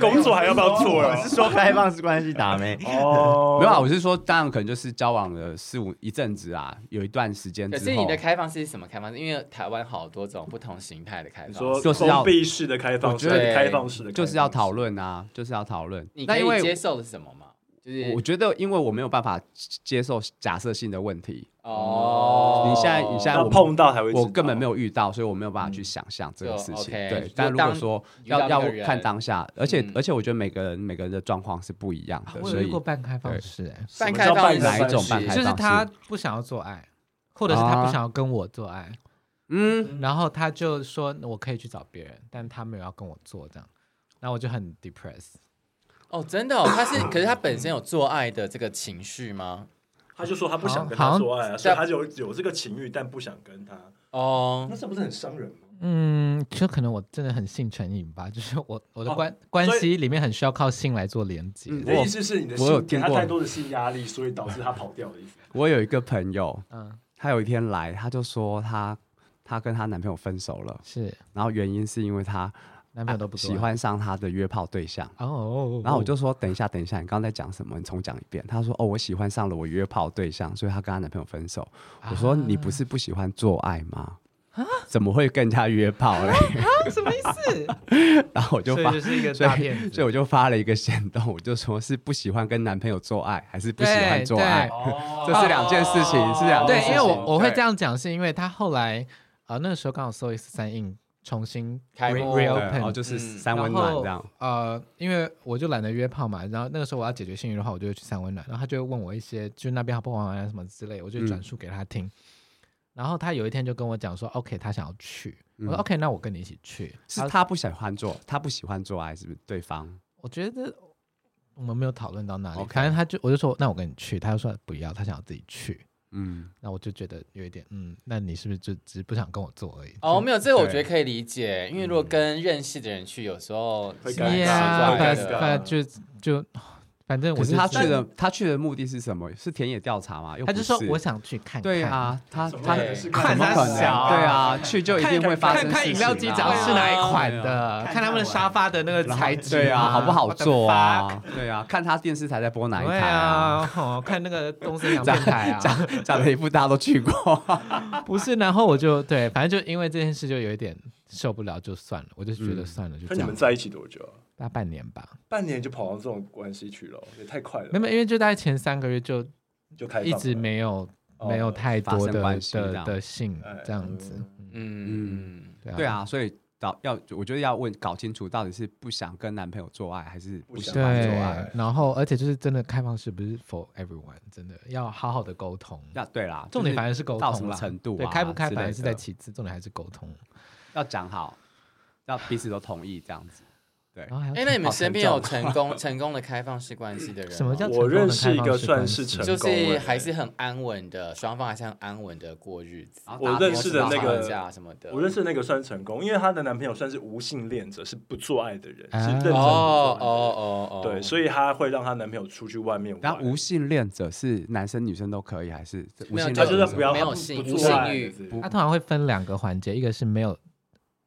S3: 工作还要不要做啊了？
S6: 是说开放式关系打妹。
S3: 哦
S4: 没有啊，我是说，当然可能就是交往了四五一阵子啊，有一段时间
S1: 可
S4: 之后，
S1: 是你的开放式是什么开放式？因为台湾好多种不同形态的开
S3: 你
S1: 放
S3: 说
S1: 式，
S4: 就是要
S3: 封闭式的开放式，
S4: 我觉
S1: 得
S3: 开放式的开放式
S4: 就是要讨论啊，就是要讨论。
S1: 你
S4: 那
S1: 可
S4: 因为
S1: 以接受的是什么吗？就是
S4: 我觉得，因为我没有办法接受假设性的问题，
S1: 哦，
S4: 你现在你现在
S3: 要碰到才会知道，
S4: 我根本没有遇到，所以我没有办法去想象这个事情。
S1: 嗯就 OK，
S4: 对
S1: 就，
S4: 但如果
S1: 当
S4: 说
S1: 遇到
S4: 要
S1: 那
S4: 要
S1: 个人
S4: 看当下，而且、
S1: 嗯
S4: 而且我觉得每个人每个人的状况是不一样
S2: 啊
S4: 的，
S2: 我
S4: 所
S2: 有遇
S4: 以
S2: 过半开放式，哎
S3: 什
S1: 半
S3: 么
S1: 开
S3: 叫
S1: 放
S3: 半
S1: 式
S4: 哪一种半
S1: 是
S4: 开
S2: 就是
S4: 放式
S2: 他不想要做爱，或者是他不想要跟我做爱，
S4: 嗯，
S2: 然后他就说我可以去找别人，但他没有要跟我做这样，然后我就很 depressed。
S1: 哦，真的、哦，他
S4: <laughs>
S1: 是，可是他本身有做爱的这个情绪吗？
S3: 他就说他不想跟
S2: 好
S3: 他
S2: 像
S3: 做爱啊，所以他有有这个情欲，但不想跟他，
S1: 哦
S3: 那，这不是很伤人吗？
S2: 嗯，就可能我真的很性成瘾吧，就是我我的
S3: 哦
S2: 关、关
S3: 所以
S2: 系里面很需要靠性来做连接。
S3: 你
S4: 嗯
S3: 的意思是你的
S4: 我有
S3: 性给
S4: 听
S3: 他
S4: 过
S3: 太多的性压力，所以导致他跑掉的意思。
S4: 我有一个朋友，
S2: 嗯，
S4: 她有一天来，她就说她她跟她男朋友分手了，
S2: 是
S4: 然后原因是因为她
S2: 男朋友都不做爱
S4: 啊喜欢上她的约炮对象。
S2: 哦哦，
S4: 然后我就说：“等一下，等一下，你刚刚在讲什么？你重讲一遍。”她说：“哦，我喜欢上了我约炮对象，所以她跟她男朋友分手。”我说：“你不是不喜欢做爱吗？
S2: 啊
S4: 怎么会跟人家约炮
S2: <laughs>
S4: 嘞
S2: 这什么意思？？”
S4: 然 <laughs> 后我就
S2: 所以
S4: 发，
S2: 就是一个
S4: 所
S2: 大骗
S4: 以
S2: 子
S4: 所以我就发了一个行动，我就说是不喜欢跟男朋友做爱，还是不喜欢
S2: 对
S4: 做
S2: 对哦
S4: 爱？
S3: 哦
S4: 这是两件事情，是两件
S2: 对
S4: 事，
S2: 因
S4: 情。
S2: 为我我会
S4: 对
S2: 这样讲，是因为他后来呃那个时候刚好搜一四三印重新
S1: 开
S2: re-
S1: 幕对
S4: 对
S2: reopen，
S4: 然后就是
S1: 嗯
S4: 三
S2: 然
S4: 温暖这样
S2: 后。呃，因为我就懒得约炮嘛，然后那个时候我要解决性欲的话，我就会去三温暖，然后他就会问我一些，就是那边好不好玩啊什么之类，我就
S4: 嗯
S2: 转述给他听。然后他有一天就跟我讲说，OK，他想要去，我
S4: 嗯
S2: 说 OK，那我跟你一起去。
S4: 是他不喜欢做，他不喜欢做爱，是不是对方？
S2: 我觉得我们没有讨论到那里
S4: OK
S2: 反正他就我就说，那我跟你去，他就说不要，他想要自己去。
S4: 嗯，
S2: 那我就觉得有一点，嗯，那你是不是就只是不想跟我做而已？
S1: 哦，没有，这个我
S4: 对
S1: 觉得可以理解，因为如果跟认识的人去，有时候
S3: 会
S1: 是
S3: 尴尬
S1: 蛮
S3: 尬
S1: 奇怪
S2: 反
S3: 尴
S1: 的
S3: 尬
S2: 反就就反正我
S4: 可是
S2: 就
S4: 他
S2: 觉得
S4: 去的，他去的目的是什么？是田野调查吗？又
S2: 他
S4: 不
S2: 就说
S4: 是
S2: 我想去看看。
S4: 对啊，他
S3: 怎么
S4: 他
S3: 可
S4: 怎
S3: 能
S1: 是
S3: 看
S4: 么
S2: 他
S4: 可能？对
S2: 小啊
S4: 啊，去就一定会发生
S2: 看看饮
S4: 事
S2: 料
S4: 情
S2: 机
S4: 啊
S2: 长是哪一款
S4: 对啊
S2: 的，看他们的沙发的那个材质，
S4: 对啊，好不好做啊？？对啊，看他电视台在播哪一
S2: 对
S4: 台啊？
S2: 啊，哦，看那个东森洋
S4: 讲
S2: 电台啊，
S4: 讲讲的一副大家都去过， <laughs>
S2: 不是，然后我就对，反正就因为这件事就有一点受不了，就算了，我就觉得算了，就
S3: 可
S2: 这
S3: 你
S2: 样
S3: 们，在一起多久啊？
S2: 大半年吧，
S3: 半年就跑到这种关系去了，也太快了
S2: 没。有，因为就大概前三个月就
S3: 就开放
S2: 一
S3: 了
S2: 直没有
S3: 哦
S2: 没有太多
S4: 发生
S2: 的
S4: 关系这
S2: 的
S4: 样嗯
S2: 的性
S3: 哎
S2: 这样子，
S1: 嗯嗯，
S2: 对
S4: 对，啊，所以搞要我觉得要问搞清楚到底是不想跟男朋友做爱，还是不喜
S3: 想
S2: 对
S4: 欢做爱？，
S2: 然后而且就是真的开放式不是 for everyone，真的要好好的沟通，
S4: 要对啦，
S2: 重点
S4: 就是
S2: 反而是沟通
S4: 到什么
S2: 啦
S4: 程度、啊，
S2: 对，开不开反而
S4: 正
S2: 是在其次，重点还是沟通。
S4: 要讲好，要彼此都同意这样子。对
S2: 然，后还要
S1: 哎、那你们
S4: 好
S1: 身边
S4: 沉
S1: 有成
S4: 重
S1: 功成功的开放式关系的人吗？
S2: 什么叫
S3: 我认识一个算是
S2: 成功
S3: 成
S1: 就
S3: 功欸
S1: 是还是很安稳的，双方还是很安稳的过日子。
S4: 然后
S3: 我
S4: 大家
S3: 认识的那
S1: 吵
S3: 个
S1: 架啊什么的，
S3: 我认识那个算成功，因为她的男朋友算是无性恋者，是不做爱的人，
S2: 啊
S3: 是认真
S1: 哦
S3: 不
S1: 哦
S3: 做爱的人。
S1: 哦哦，
S3: 对，所以她会让她男朋友出去外面
S4: 然后
S3: 玩
S4: 无，性恋者是男生女生都可以，还是这无
S1: 没有
S4: 性
S1: 就
S3: 她就
S4: 恋者
S3: 是
S4: 什
S3: 不
S4: 么
S3: 要
S1: 没有
S3: 不
S1: 性
S3: 不
S1: 无
S3: 做
S1: 性
S3: 爱
S1: 欲
S3: 这样
S2: 他
S3: 子
S2: 通常会分两个环节，一个是没有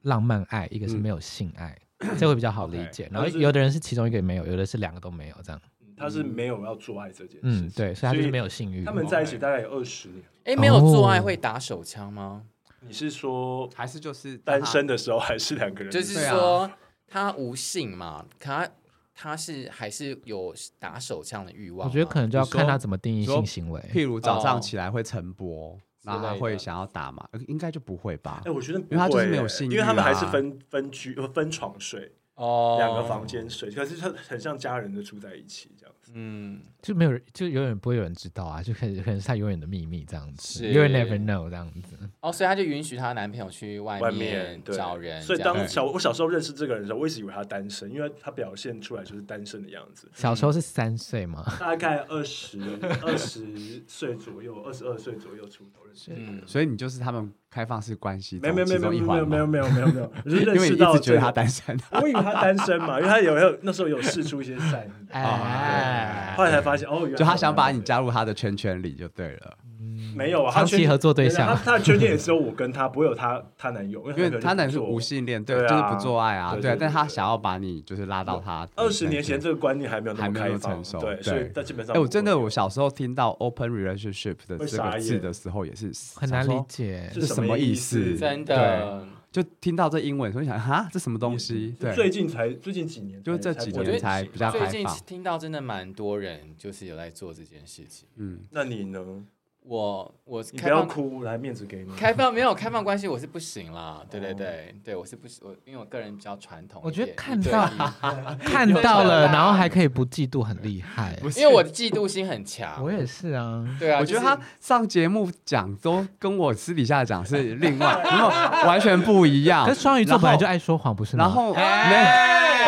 S2: 浪漫爱，一个是没有性爱，这会比较好理解。然后有的人是其中一个也没有，有的是两个都没有这样。
S3: 她是没有要做爱这件事
S2: 嗯，
S3: 情。
S2: 对，所以他就是没有性欲。
S3: 他们在一起大概有二十年。
S1: 哎、没有做爱
S2: 哦
S1: 会打手枪吗？
S3: 你是说
S4: 还是就是
S3: 单身的时候还是两个人？
S1: 就是
S4: 对啊
S1: 说他无性嘛，可他他是还是有打手枪的欲望
S2: 我
S1: 吗。
S2: 觉得可能就要
S4: 你说
S2: 看他怎么定义
S4: 你说
S2: 性行为。
S4: 譬如早
S1: 哦
S4: 上起来会晨勃，然后
S1: 之
S4: 他
S1: 类的
S4: 会想要打嘛？呃应该就不会吧
S3: 哎、？我觉得不
S4: 因为他就是
S3: 会
S4: 没有啊
S3: 欸
S4: 性
S3: 因为
S4: 欲
S3: 他们还
S4: 啊
S3: 是分分居呃分床睡，
S1: 哦
S3: 两个房，间睡，可是他很像家人的住在一起这样子。
S1: 嗯，
S2: 就没有人，就永远不会有人知道啊，就可能可能是他永远的秘密这样子
S1: 是
S2: ，You will never know 这样子。
S1: 哦，所以她就允许她男朋友去外
S3: 外
S1: 面
S3: 对
S1: 找人，
S3: 所以
S1: 这样
S3: 当
S1: 子
S3: 小我小时候认识这个人的时候，我一直以为他单身，因为他表现出来就是单身的样子。
S1: 嗯
S2: 小时候是三岁嘛，
S3: 大概二十 <laughs> 二十岁左右，二十二岁左右出头认识。
S1: 嗯，
S4: 所以你就是他们开放式关系
S3: 没有没有没
S4: 中
S3: 有
S4: 其
S3: 没
S4: 中一
S3: 有
S4: 环
S3: 没有
S4: 吗
S3: 没有没有
S4: <laughs>
S3: 没有，我是认
S4: 因为
S3: 识
S4: 你一
S3: 到
S4: 直觉得他
S3: 这个
S4: 单身，
S3: <laughs>
S4: 啊
S3: 我以为他单身嘛，因为他有有那时候有试出一些善
S4: <laughs>
S3: 意，
S2: 哎 <laughs>
S3: 后，来才发现哦，原来
S4: 就他想把你加入他的圈圈里就对了，
S3: 没有啊，他
S2: 长期
S3: 圈
S2: 合作对象
S3: 他他的圈圈也只有我跟他，不会有他他男友，
S4: 因为他
S3: 男
S4: 那是无。性恋，对，
S3: 对
S4: 就是
S3: 啊
S4: 不做爱啊，
S3: 对
S4: 对啊
S3: 对，对
S4: 但他
S3: 对
S4: 想要把你就是拉到他的那
S3: 二
S4: 个
S3: 十
S4: 圈
S3: 年前这个观念还没有那
S4: 还
S3: 么
S4: 没有那
S3: 开
S4: 么
S3: 放
S4: 成，熟，
S3: 对，所以但基本上
S4: 哎，我真的
S3: 不会有
S4: 我小时候听到 open relationship 的
S3: 会
S4: 这
S3: 傻
S4: 个
S3: 眼
S4: 字的时候，也是
S2: 很
S4: 想
S2: 难
S4: 说
S2: 理解
S3: 是。
S4: 这
S3: 什
S4: 什
S3: 么
S4: 么
S3: 意
S4: 意
S3: 思
S4: 思？
S1: 真的，
S4: 就听到这英文，所以想哈，这什么东西？对，
S3: 最近才最近几年才，
S4: 就是这几
S3: 才
S1: 我觉
S4: 年
S1: 得
S4: 才比较
S1: 最
S4: 开
S1: 近
S4: 放。
S1: 听到真的蛮多人就是有在做这件事情。
S4: 嗯，
S3: 那你呢？
S1: 我我
S3: 你不
S1: 开
S3: 要
S1: 放
S3: 哭，来面子给你。
S1: 开放没有开放关系，我是不行啦。对对对、对，我是不我因为我个人比较传统一点。
S2: 哦我觉得看
S1: 一对
S2: 到
S1: 一
S2: 看到了，
S1: 对
S2: 然后还可以不嫉妒，很厉害。
S1: 因为我的嫉妒心很强。
S2: 我也是啊，
S1: 对啊，
S4: 我
S1: 就
S4: 觉得
S1: 是
S4: 他上节目讲都跟我私底下讲是另 <laughs> 外，然后完全不一样。
S2: 可是双鱼座
S4: 啊然后
S2: 本来就爱说谎，不是吗？
S4: 然后没，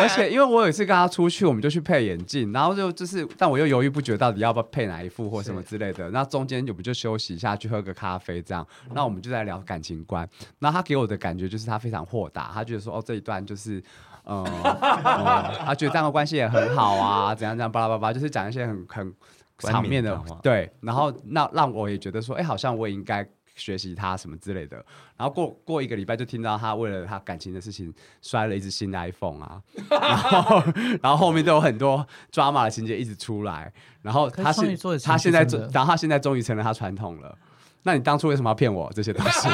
S4: 而且因为我有一次跟他出去，我们就去配眼镜，然后就就是，但我又犹豫不决，到底要不要配哪一副或什么之类的。那中间我们就休息一下，去喝个咖啡这样。那我们就在聊感情观。然后他给我的感觉就是他非常豁达，他觉得说哦这一段就是。呃，呃他觉得这样的关系也很好啊，怎样怎样，巴拉巴拉巴拉，就是讲一些很很
S6: 冠冕
S4: 场面的
S6: 堂皇
S4: 对，然后那让我也觉得说，哎、好像我也应该学习他什么之类的。然后过过一个礼拜就听到他为了他感情的事情摔了一只新 iPhone 啊，然后 <laughs> 然后后面都有很多 drama 的情节一直出来，然后
S2: 可是
S4: 他
S2: 双鱼座的
S4: 是
S2: 情
S4: 他
S2: 绪
S4: 现在
S2: 真的
S4: 终然后他现在终于成了他传统了。那你当初为什么要骗我这些东西？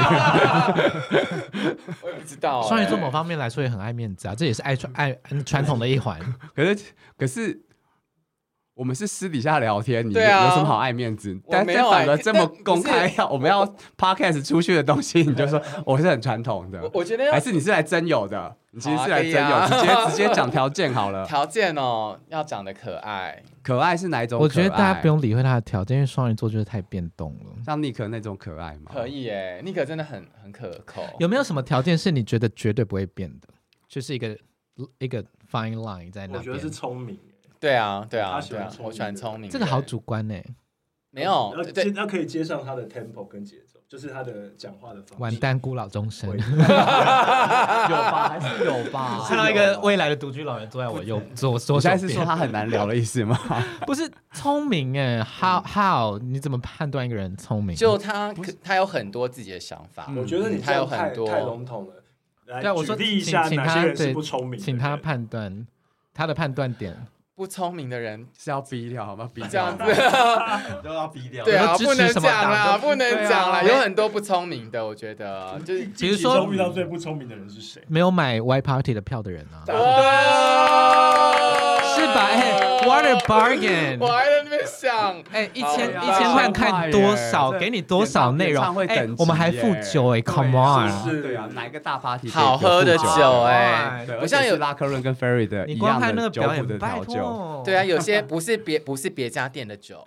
S1: 我也不知道、
S2: 双鱼座
S1: 哎
S2: 某方面来说也很爱面子啊，这也是爱传爱传统的一 <laughs> 环。
S4: 可是可是我们是私底下聊天，你有
S1: 对啊
S4: 有什么好爱面子？
S1: 我
S4: 但
S1: 没
S4: 但
S1: 有
S4: 反
S1: 哎
S4: 而这么
S1: 但
S4: 公
S1: 可是
S4: 开 <laughs> 要我们要 podcast 出去的东西，你就说我是很传统的
S1: 我，我觉得要
S4: 还是你是来真有的？你其实
S1: 好啊
S4: 是来
S1: 可以
S4: 真
S1: 啊
S4: 有，直接直接讲条件
S1: <laughs>
S4: 好了。
S1: 条件哦，要长得可爱。
S4: 可爱是哪一种可
S2: 我
S4: 爱？
S2: 觉得大家不用理会他的条件，因为双鱼座就是太变动了。
S4: 像尼克那种可爱吗？
S1: 可。以哎，尼可真的很很可口。
S2: 有没有什么条件是你觉得绝对不会变的？就是一个一个 fine line 在那
S3: 我觉得
S2: 边
S3: 是。聪明，
S1: 对啊，对
S3: 他
S1: 啊，
S3: 喜
S1: 对
S3: 欢
S1: 啊，
S3: 聪明
S1: 我喜欢
S3: 的
S1: 聪明的人。
S2: 这个好主观欸呢、
S1: 没有
S3: 要
S1: 对
S3: 接，要可以接上他的 tempo 跟节奏，就是他的讲话的方
S2: 完
S3: 式。
S2: 蛋，孤老终生
S3: 会。
S4: 有吧？还是有吧
S2: 看到一个未来的独居老人坐在 <laughs> 我右左左手
S4: 我现在
S2: 边，
S4: 是说他很难聊的意思吗？ <laughs>
S2: 不是聪明哎、how how 你怎么判断一个人聪明？
S1: 就他可他有很多自己的想法。
S2: 嗯
S3: 我觉得你这
S1: 他有
S3: 样
S1: 很
S3: 太
S1: 多
S3: 太笼统了。来
S2: 对啊，我说
S3: 举
S2: 请
S3: 例一下
S2: 请
S3: 哪
S2: 他
S3: 些人
S2: 对
S3: 是不聪明的人，
S2: 请他判断他的判断点。
S1: 不聪明的人
S4: 是要逼掉好吗？逼
S1: 这样
S4: 掉
S1: 子。
S4: <laughs>
S6: 都要逼掉
S1: <laughs> 对啊，
S2: 我说
S1: 不
S2: 支持
S1: 能
S2: 什
S1: 讲
S2: 么党
S1: 啦，不能讲啦，
S4: 对啊
S1: 有很多不聪明的，我觉得就是
S2: 比如
S3: 其中
S2: 说
S3: 遇到最不聪明的人是谁？
S2: 没有买 Y Party 的票的人啊，
S1: 哇，
S2: 是吧？哎、w h a t a bargain！
S1: 我还在那边想，
S2: 哎，一
S4: 哦
S1: 好
S2: 千
S1: 吧
S4: 啊
S2: 一千块看多少，
S4: 这
S2: 给你多少内
S4: 演
S2: 容
S4: 唱？会
S2: 哎
S4: 等，级
S2: 我们还
S4: 耶
S2: 付酒哎，Come on！
S3: 是
S4: 对啊，哪一个大 party
S1: 好喝的
S4: 可以
S1: 酒
S4: 有
S1: 哎、
S4: 啊对，
S1: 不
S4: 不
S1: 像
S4: 像有
S1: 有
S4: 拉克润跟 Ferry 的
S2: 你
S4: 一
S2: 光
S4: 样
S2: 看那
S4: 的
S2: 个
S4: 酒
S2: 表
S4: 谱
S2: 演，
S4: 的
S2: 拜
S4: 调酒，
S2: 托，
S1: 对啊，有些不是别不是别家店的酒，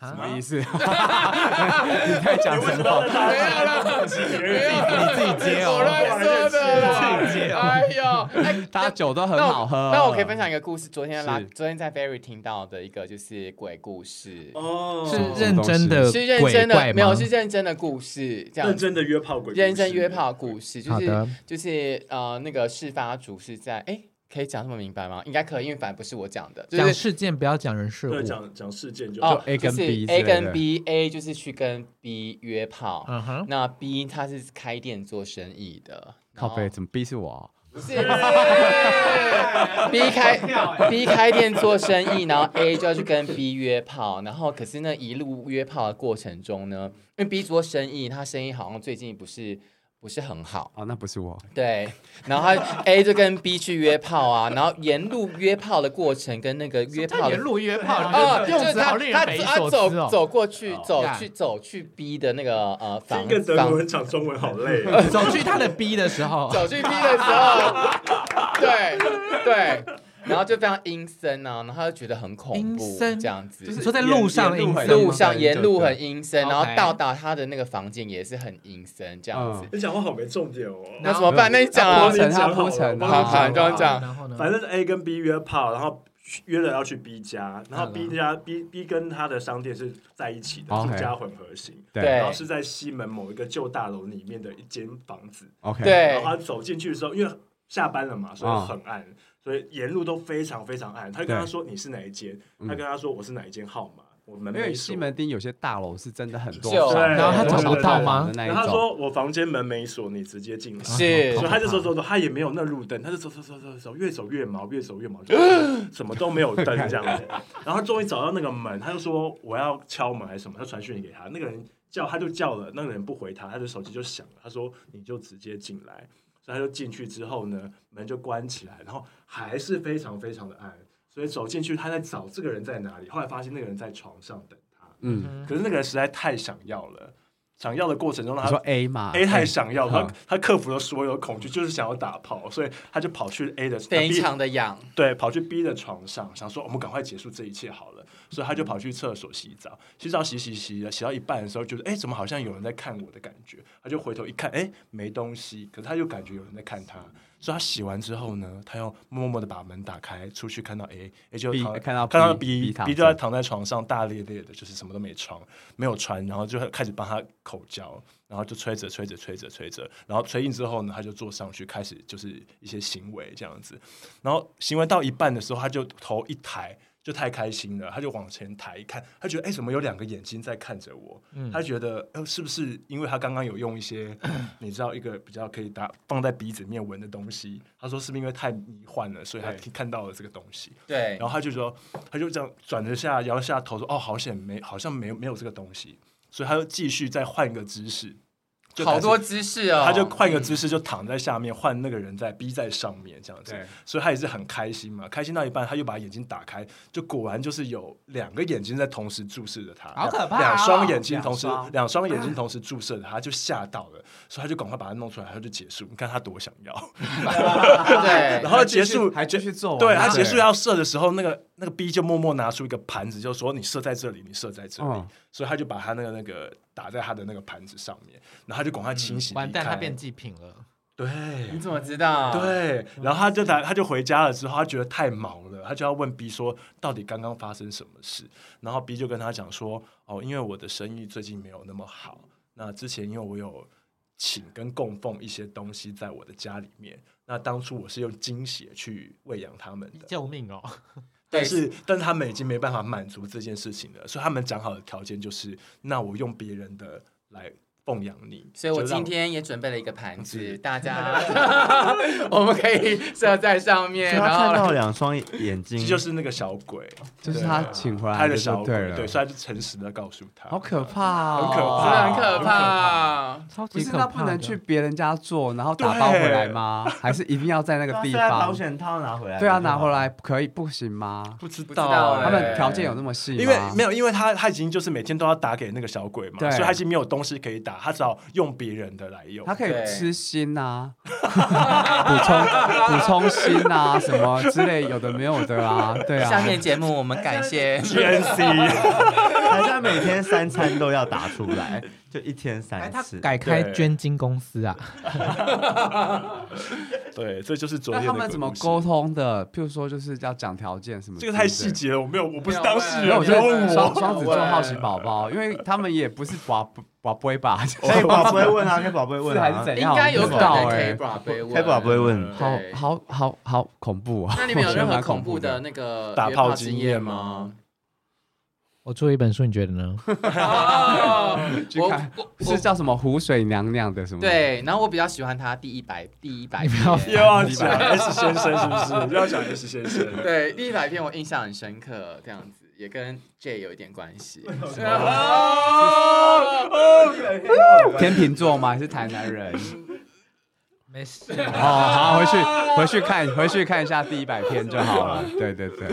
S4: 什
S2: 啊，
S4: 么意思？ <laughs> 你在讲什么？ <laughs>
S1: 没有啦，没有啦，
S2: 自己接
S1: 我
S2: 哦，
S1: 乱说的啦，哎呦，哎，
S4: 他酒都很
S1: 那我
S4: 好喝。
S1: 那我可以分享一个故事，昨天拉
S4: 啊是
S1: 昨天在 Ferry 听到的一个就是鬼故事，
S3: 哦
S2: 是认真的
S1: 是认真
S2: 呃鬼怪
S1: 的，没有
S2: 吗
S1: 是认真的故事，这样
S3: 认真的约炮鬼故事，
S1: 认真约炮故事，就
S2: 好
S1: 是
S2: 的，
S1: 就是呃，那个事发主是在哎，可以讲这么明白吗？应该可以，因为反正不是我讲的，就
S2: 讲
S1: 是
S2: 事件不要讲人事物
S3: 对，。讲讲事件就
S1: 哦
S4: 就 A
S1: 就
S4: 跟
S1: 是
S4: B 之
S1: A
S4: 类的
S1: 跟 B，A 就是去跟 B 约炮，
S2: 嗯哼，
S1: 那 B 他是开店做生意的，
S4: 靠
S1: 然
S4: 背，
S1: 后
S4: 怎么逼是我？啊
S1: 不是 <laughs> B 开 B 开店做生意，然后 A 就要去跟 B 约炮，然后可是那一路约炮的过程中呢，因为 B 做生意，他生意好像最近不是。不是很好。
S4: 哦，那不是我，
S1: 对，然后他 A 就跟 B 去约炮啊，然后沿路约炮的过程跟那个约炮
S2: 他
S1: 的
S2: 沿路约炮，
S1: 啊，就
S2: 用
S1: 是
S2: 词哦好
S1: 他
S2: 令
S1: 他
S2: 人匪夷
S1: 他
S2: 所
S1: 走
S2: 思哦。
S1: 走过去，走
S2: 呀
S1: 去走去 B 的那个呃房
S3: 听个德国
S1: 房
S3: 人讲中文好累哦。
S2: <laughs> 走去他的 B 的时候，
S1: <laughs> 走去 B 的时候，对对，然后就非常阴森啊，然后他就觉得很恐
S2: 阴
S1: 怖
S2: 森
S1: 这样子，
S2: 你说在路上的隐私
S1: 路上
S4: 很
S1: 沿路很
S4: 对
S1: 阴森，然后
S2: OK
S1: 到达他的那个房间也是很阴森这样子。
S3: 你讲话好没重点哦。
S1: <laughs> 那怎么办？那你讲啊
S3: 我
S4: 铺
S3: 帮你，
S4: 陈
S3: 讲
S4: 他
S3: 好
S4: 铺
S3: 了
S4: 陈
S3: 我
S1: 帮
S4: 啊，
S1: 你讲好这样
S2: 然后呢？
S3: 反正是 A 跟 B 约炮，然后约了要去 B 家，然
S2: 嗯
S3: 后 B 家 B B 跟他的商店是在一起的，
S4: OK
S3: 住家混合型，
S1: 对
S3: 然后是在西门某一个旧大楼里面的一间房子，
S4: ，OK，
S1: 对
S3: 然后他走进去的时候，因为下班了嘛，所以很暗，所以沿路都非常非常暗。他跟他说你是哪一间，他跟他说我是哪一间号码，我门
S4: 因为
S3: 没锁
S4: 西。门町有些大楼是真的很多
S1: 就
S4: 房，
S3: 然后他找不到
S2: 吗
S4: 的那一
S3: 然后他
S4: 种，
S3: 说我房间门没锁，你直接进来。
S1: 是
S3: 所以他就走走走，他也没有那路灯，他就走走走走走，越走越毛，越走越毛，就什么都没有灯这样子。然后终于找到那个门，他就说我要敲门还是什么，他传讯息给他，那个人叫他就叫了，那个人不回他，他的手机就响了，他说你就直接进来，所以他就进去之后呢，门就关起来，然后还是非常非常的暗，所以走进去他在找这个人在哪里，后来发现那个人在床上等他，
S4: 嗯，
S3: 可是那个人实在太想要了，想要的过程中
S4: 你
S3: 他
S4: 说 A 嘛
S3: A 太想要，他
S4: 嗯
S3: 他克服了所有恐惧，就是想要打炮，所以他就跑去 A 的
S1: 非
S3: B
S1: 常的痒，
S3: 对，跑去 B 的床上，想说我们赶快结束这一切好了，所以他就跑去厕所洗澡，洗澡洗洗洗，洗到一半的时候，觉得哎、诶怎么好像有人在看我的感觉，他就回头一看，哎、没东西，可是他又感觉有人在看他，所以他洗完之后呢，他又默默的把门打开，出去看到 A，A 就
S4: B，
S3: 躺
S4: 看到
S3: 看到
S4: B，B
S3: B，B
S4: 躺
S3: 就在
S4: 着
S3: 躺在床上大咧咧的，就是什么都没穿，没有穿，然后就开始帮他口交。然后就吹着吹着吹着吹着，然后吹硬之后呢，他就坐上去开始就是一些行为这样子，然后行为到一半的时候，他就头一抬，就太开心了，他就往前抬一看，他觉得哎、怎么有两个眼睛在看着我？
S1: 嗯
S3: 他觉得呃，是不是因为他刚刚有用
S1: <coughs>
S3: 一些你知道一个比较可以打放在鼻子里面闻的东西？他说是不是因为太迷幻了，所以他
S1: 对
S3: 看到了这个东西？
S1: 对
S3: 然后他就说，他就这样转了下，摇了下头说：“哦，好险，没，好像没有没有这个东西。”所以他就继续再换一个姿势，就
S1: 好
S3: 开始
S1: 多姿势哦，
S3: 他就换一个姿势，就躺在下面，换那个人在逼在上面这样子
S4: 对，
S3: 所以他也是很开心嘛。开心到一半，他又把眼睛打开，就果然就是有两个眼睛在同时注视着他，
S2: 好可怕哦
S3: 两双眼睛同时
S4: 两双
S3: 两双眼睛同时注视着他，他就吓到了，所以他就赶快把它弄出来，他就结束。你看他多想要，
S1: <laughs> 对
S4: <laughs>
S3: 然，后结束
S4: 还继续做，
S3: 对他结束要射的时候，那个那个 B 就默默拿出一个盘子，就说你射在这里，你射在这里，
S2: 哦
S4: 嗯
S3: 所以他就把他那个那个打在他的那个盘子上面，然后他就赶快清
S2: 嗯
S3: 洗、
S2: 完蛋，他变祭品了。
S3: 对。
S1: 你怎么知道？，
S3: 对，
S1: 嗯
S3: 然后他就打，他就回家了之后，他觉得太毛了，他就要问 B 说，到底刚刚发生什么事？然后 B 就跟他讲说，哦，因为我的生意最近没有那么好，那之前因为我有请跟供奉一些东西在我的家里面，那当初我是用精血去喂养他们的，
S2: 救命哦！
S3: 但是但是他们已经没办法满足这件事情了，所以他们讲好的条件就是，那我用别人的来奉养你，
S1: 所以我
S3: 就
S1: 今
S3: 让
S1: 天也准备了一个盘子，大家我们可以射在上面，
S6: 他啊看
S1: 然
S6: 到
S1: 后
S6: 两双眼睛，
S3: 这就是那个小鬼。
S4: 就是他请回
S3: 他
S4: 来
S3: 的小
S4: 就
S3: 鬼，
S4: 对了，
S3: 对，所以他就诚实的告诉他，
S4: 好可怕哦，
S3: 很
S1: 真
S3: 可怕
S1: 的很可怕。
S2: 超
S4: 不
S2: 级
S4: 是
S2: 可
S4: 他
S2: 怕，
S4: 不能去。别人家做，然后打包回来吗？还是一定要在那个
S6: 对啊
S4: 地
S6: 是啊
S4: 方
S6: 保？险套拿回来，
S4: 对啊，拿回来可以不行吗？
S3: 不知
S1: 不知
S3: 道
S1: 道
S3: 欸
S4: 他们条件有那么细吗？
S3: 因为没有，因为他他已经就是每天都要打给那个小鬼嘛，
S4: 啊对
S3: 所以他已经没有东西可以打，他只好用别人的来用。
S4: 他可
S1: 对
S4: 以吃锌啊，补充补充锌啊，什么之类有的没有的啊，对啊。
S1: 下面节目我们感谢
S4: <laughs>
S3: GNC
S6: 还是他每天三餐都要打出
S2: <laughs>
S6: 来，就一天
S2: 哎，
S6: 三
S2: 他
S6: <laughs> 次。
S2: 改开捐精公司啊，
S3: 对，这就是昨
S4: 那
S3: 天的
S4: 他们怎么
S3: 故事
S4: 沟？通的？譬如说，就是要讲条件什么之
S3: 这
S4: 类的。
S3: 个太细节了，我没有，我不是当事
S1: 没有
S3: 人，
S4: <laughs> 那
S1: 啊
S4: 我
S1: 没有没有
S3: 不要问我。
S4: 觉得双双子座好奇宝宝，因为他们也不是宝宝
S1: <laughs>
S4: 贝吧，
S6: 可
S4: <laughs>
S6: 以宝贝问 <laughs> 啊，可以宝贝问
S4: 是还是
S6: 啊，
S4: 怎
S1: 哎应
S4: 样？
S1: 该有
S4: 我不
S1: 可
S4: 知道
S1: 能
S4: 哎
S1: K 宝贝问
S6: 开宝不会问。
S4: 好
S1: 对
S4: 好好好恐怖啊！
S1: 那
S4: <laughs>
S1: 你们有任何
S4: 蛮
S1: 恐
S4: 恐
S1: 怖
S4: 怖
S1: 的那个
S3: 打
S1: 约
S3: 炮
S1: 炮
S3: 经
S1: 经
S3: 验
S1: 验
S3: 吗
S1: 吗？
S2: 我出一本书，你觉得呢？
S1: 哦
S4: 去
S1: 我
S4: 看
S1: 我
S4: 是
S1: 我
S4: 叫什么湖水娘娘的什么？，
S1: 对，然后我比较喜欢他第一百第一百
S2: 你不要
S3: 又
S1: 篇，
S3: 要讲 S 先生是不是？又要讲 S 先生，
S1: 对第一百篇我印象很深刻，这样子也跟 J 有一点关系。啊 <laughs>
S4: 天秤座吗？还是台南人？
S2: 没事，
S4: 哦，好，回去回去看回去看一下第一百篇就好
S1: <laughs>
S4: 了。对对对，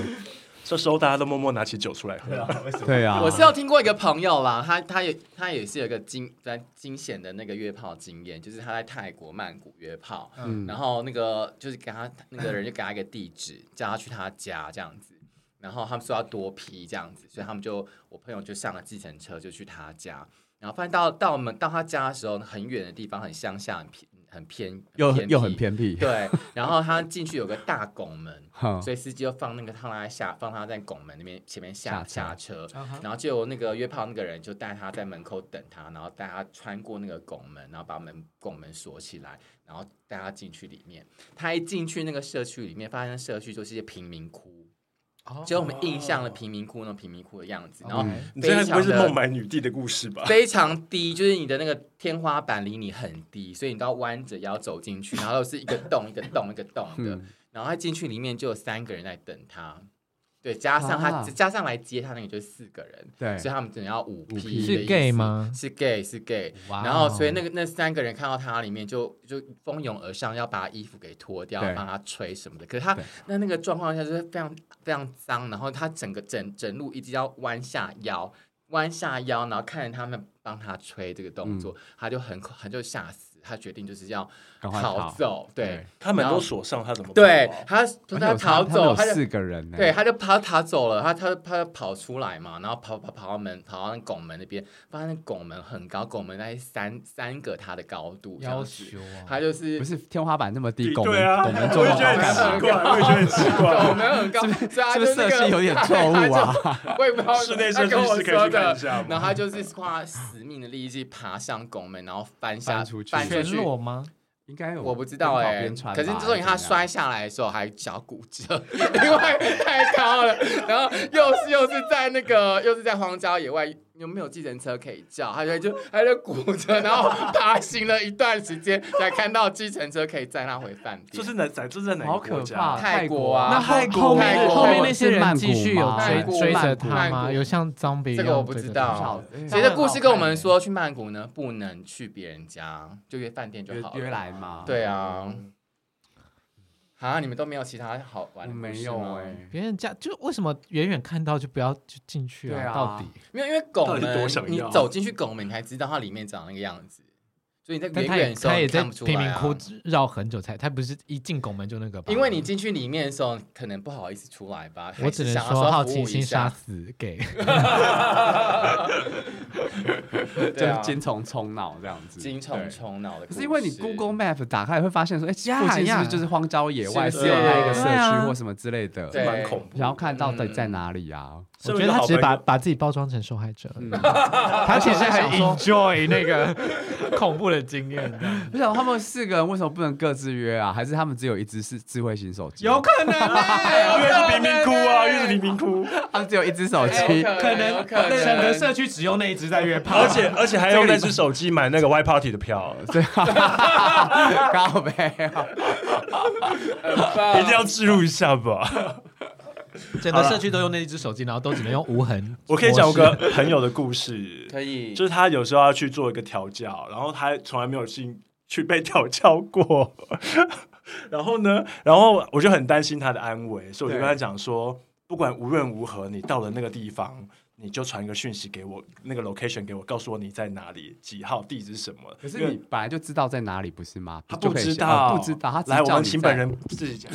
S8: 这时候大家都默默拿起酒出来喝。
S4: 对啊，
S1: 我是有听过一个朋友啦，他他也他也是有一个惊在惊险的那个约炮经验，就是他在泰国曼谷约炮，
S4: 嗯
S1: 然后那个就是给他那个人就给他一个地址，叫他去他家这样子，然后他们说要多批这样子，所以他们就我朋友就上了计程车就去他家，然后发现到到我们到他家的时候，很远的地方，很乡下，很偏很偏，
S4: 又
S1: 偏僻
S4: 又很偏僻。
S1: 对，然后他进去有个大拱门，
S4: 哼
S1: 所以司机就放那个放他在下，放他在拱门那边前面下下
S4: 下
S1: 车，
S2: 啊哈
S1: 然后就有那个约炮那个人就带他在门口等他，然后带他穿过那个拱门，然后把门拱门锁起来，然后带他进去里面。他一进去那个社区里面，发现社区就是一些贫民窟，就我们印象了贫民窟那种贫民窟的样子，
S4: 哦
S1: 然后
S4: 嗯
S8: 你这
S1: 非
S8: 还不会
S1: 常
S8: 是孟
S1: 的。
S8: 买女帝的故事
S4: <laughs>
S8: 吧？
S1: 非常低，就是你的那个天花板离你很低，所以你都要弯着腰走进去，然后是一个洞一个洞一个洞的，
S4: 嗯
S1: 然后他进去里面就有三个人在等他，对，加上他、
S4: 啊
S1: 加上来接他那个就是四个人，
S4: 对
S1: 所以他们只能要五批的
S4: 批
S1: 意思。
S2: 是 gay 吗
S1: 是 gay 是 gay，
S2: 哇哦
S1: 然后所以那个那三个人看到他里面就就蜂拥而上，要把他衣服给脱掉，
S4: 对
S1: 帮他吹什么的。可是他
S4: 对
S1: 那那个状况下就是非常非常脏，然后他整个整整路一直要弯下腰，弯下腰，然后看着他们帮他吹这个动作，他就很很就吓死，他决定就是要
S4: 嗯赶快逃
S1: 走，对
S4: 对。哎
S8: 他们
S1: 然
S8: 都
S1: 后
S8: 锁上，他怎么办
S1: 对
S8: 啊
S1: 他，他
S4: 而且有
S1: 逃
S4: 们
S1: 走，
S4: 有
S1: 他就
S4: 四个人呢。
S1: 对，他就跑逃走了，他他他跑出来嘛，然后跑跑跑到门，跑到那拱门那边，发现那拱门很高，拱门大概三三个他的高度这样
S2: 要
S1: 子，
S2: 求啊，
S1: 他就是
S4: 不是天花板那么低，拱
S8: 对啊
S4: 门拱门
S8: 我
S4: 做
S8: 也
S4: 那么
S8: 觉得
S4: 高
S8: 很
S4: 干
S8: 奇
S4: 嘛？
S8: 怪，我也觉得很奇怪。
S1: 拱门很高，所以他
S4: 是
S1: 就
S4: 不
S1: 那
S4: 是设
S1: 个
S4: 计有点错误？ <laughs> 啊？
S1: 他就我也不知道
S8: 室内
S1: 他
S8: 设计
S1: 跟我
S8: 师可以
S1: 说
S8: 去看
S1: 的
S8: 一。下
S1: 然
S8: 吗？
S1: 后他就是花死命的力气爬上拱门，然后翻下
S4: 翻出去
S1: 翻出
S2: 全
S1: 去。
S2: 裸吗？
S4: 应该有，
S1: 我不知道
S4: 边跑
S1: 哎、
S4: 边穿
S1: 可是
S4: 吧
S1: 之所以他，
S4: 还
S1: 摔
S4: 是
S1: 下来的时候还脚骨折， <laughs> 因为太高了，然后又是又是在那个又是在荒郊野外，有没有计程车可以叫？他就就他就骨折，然后爬行了一段时间，才看到计程车可以载他回饭
S8: 这
S1: 店。
S8: 是哪在这是在哪
S4: 好
S8: 个
S4: 可
S8: 国
S4: 怕，
S8: 家？
S1: 泰国啊
S4: 泰
S1: 那
S2: 后
S8: 泰国
S2: 后
S1: 泰
S2: 面
S1: 国
S2: 后面那些人继续有
S4: 泰
S1: 国
S2: 追追着
S1: 曼
S2: 他
S1: 谷曼谷
S2: 吗？有像 zombie
S1: 这个
S2: 一样
S1: 我不
S2: 追
S1: 知
S2: 着他
S1: 道
S2: 吗
S4: 不知道
S1: 所以这故事跟我们说，去曼谷呢不能去别人家，就约饭店就
S4: 欸约
S1: 好
S4: 约
S1: 了。
S4: 来嘛？
S1: 对啊，啊，你们都没有其他好玩
S4: 我
S1: 的故事
S4: 没有
S1: 吗
S4: 哎，
S2: 别人家就为什么远远看到就不要就进去
S4: 对啊
S2: 到底
S1: 没有，因为拱
S8: 到底多
S1: 门
S8: 想，
S1: 你
S8: 要
S1: 走进去拱门，你才知道它里面长那个样子。所以你在
S2: 但
S1: 远
S2: 他
S1: 远
S2: 也
S1: 的时候
S2: 他也
S1: 你
S2: 在
S1: 看不出来、
S2: 贫
S1: 啊、
S2: 民窟绕很久才，他不是一进拱门就那个吧？
S1: 因为你进去里面的时候，可能不好意思出来吧。
S2: 我只能
S1: 还是想要
S2: 说
S1: 说
S2: 好
S1: 服
S2: 奇
S1: 务一
S2: 心
S1: 下
S2: 杀死给
S1: <laughs> 对啊
S4: 就，精虫充脑这样子，
S1: 精
S4: 对
S1: 虫。充脑的故
S4: 可
S1: 事。
S4: 是因为你 Google Map 打开会发现说，哎，
S2: 呀
S4: 附近是不
S2: 呀
S4: 是就是荒郊野外，
S1: 是
S4: 是
S1: 不是
S4: 有那一个社
S2: 对啊
S4: 区或什么之类的？
S1: 对
S8: 蛮恐怖。
S4: 然后看到底在哪里啊？
S2: 我觉得他只是把把自己包装成受害者，
S4: <laughs> 嗯，
S2: 他其实很 enjoy 那个 <laughs> 恐怖的经验的，
S4: 我想他们四个人为什么不能各自约啊？还是他们只有一只是智慧型手机？
S2: 有可能欸
S8: 因为是贫民窟啊，因为是贫民窟，
S4: 他们只有一只手
S1: 哎
S4: 机
S1: 有，
S2: 可
S1: 能有
S2: 能
S1: 可
S2: 整个
S1: 能。
S2: 社区只有那一只在约炮，
S8: <laughs>
S2: <laughs>
S8: 而且而且还用那只手机买那个 Y Party 的 <laughs> 票，
S4: 对啊，高呗。
S8: 一定要置入一下吧。。
S2: 整个社区都用那一只手机，然后都只能用无痕
S8: 我可以讲我个朋友的故 <laughs> 事，
S1: 可以，
S8: 就是他有时候要去做一个调教，然后他从来没有去去被调教过。 <laughs> 然后呢，然后我就很担心他的安危，所以我就跟他讲说，不管无论如何，你到了那个地方，你就传一个讯息给我，那个 location 给我，告诉我你在哪里，几号，地址什么。
S4: 可
S8: 因
S4: 是
S8: 为
S4: 你本来就知道在哪里，不是吗？
S8: 他
S4: 就
S8: 不
S4: 可以
S8: 知
S4: 先
S8: 道，
S4: 哦不知道。他只
S8: 来，我
S4: 叫
S8: 们
S4: 你
S8: 请
S4: 在
S8: 本人自己讲。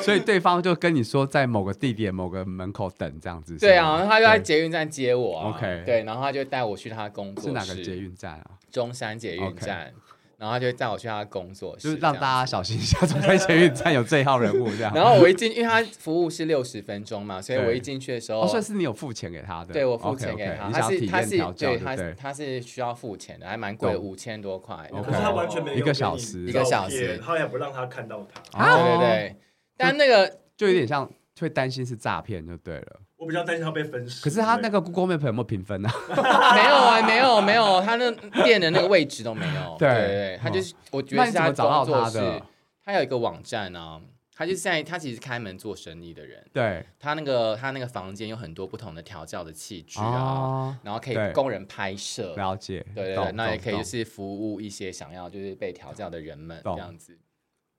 S4: 所以对方就跟你说在某个地点、某个门口等这样子。
S1: 对
S4: 是
S1: 啊，
S4: 吗
S1: 他就在
S4: 对
S1: 捷运站接我、啊。
S4: OK
S1: 对，然后他就带我去他的工作
S4: 是
S1: 室，
S4: 哪个捷？运站啊？
S1: 中山捷运
S4: OK
S1: 站。然后他就带我去他的工作室，
S4: 就是让
S1: 这样
S4: 大家小心一下，中山捷运站有这一号人物这样。
S1: 然后我一进，因为他服务是六十分钟嘛，所以我
S4: 对
S1: 一进去的时候，
S4: 哦，所以是你有付钱给他的？
S1: 对我付钱
S4: OK，OK，
S1: 给他，
S4: 你
S1: 他
S4: 想要
S1: 是
S4: 体
S1: 他
S4: 验
S1: 是
S4: 调教，
S1: 对
S4: 对不
S1: 他是
S4: 对？
S1: 他是需要付钱的，还蛮贵，
S4: 懂
S1: 五千多块。
S4: OK
S8: 可是他完全没有
S4: 一
S8: 给
S4: 个
S8: 你
S4: 小时
S1: 一个小
S8: 照片
S1: 时
S8: 他也不让他看到他。
S1: 对对对，但那个
S4: 哦就有点像会担心是诈骗就对了。
S8: 我比较担心他被分尸。
S4: 可是他那个 Google Map 有没有评分呢、
S1: 没有啊，没有没有，他那店的那个位置都没有。
S4: <laughs> 对
S1: 对对，他就是我觉
S4: 那
S1: 得
S4: 你
S1: 是
S4: 怎
S1: 他
S4: 么找
S1: 工
S4: 到
S1: 作
S4: 他
S1: 室
S4: 的，？
S1: 他有一个网站啊，他就是在他其实是开门做生意的人，
S4: 对
S1: 他那个他那个房间有很多不同的调教的器具啊，
S4: 哦，
S1: 然后可以
S4: 对
S1: 供人拍摄，
S4: 了解，
S1: 对对对，
S4: 懂
S1: 那也
S4: 懂
S1: 可以就
S4: 懂
S1: 是服务一些想要就是被调教的人们这
S4: 懂
S1: 样子，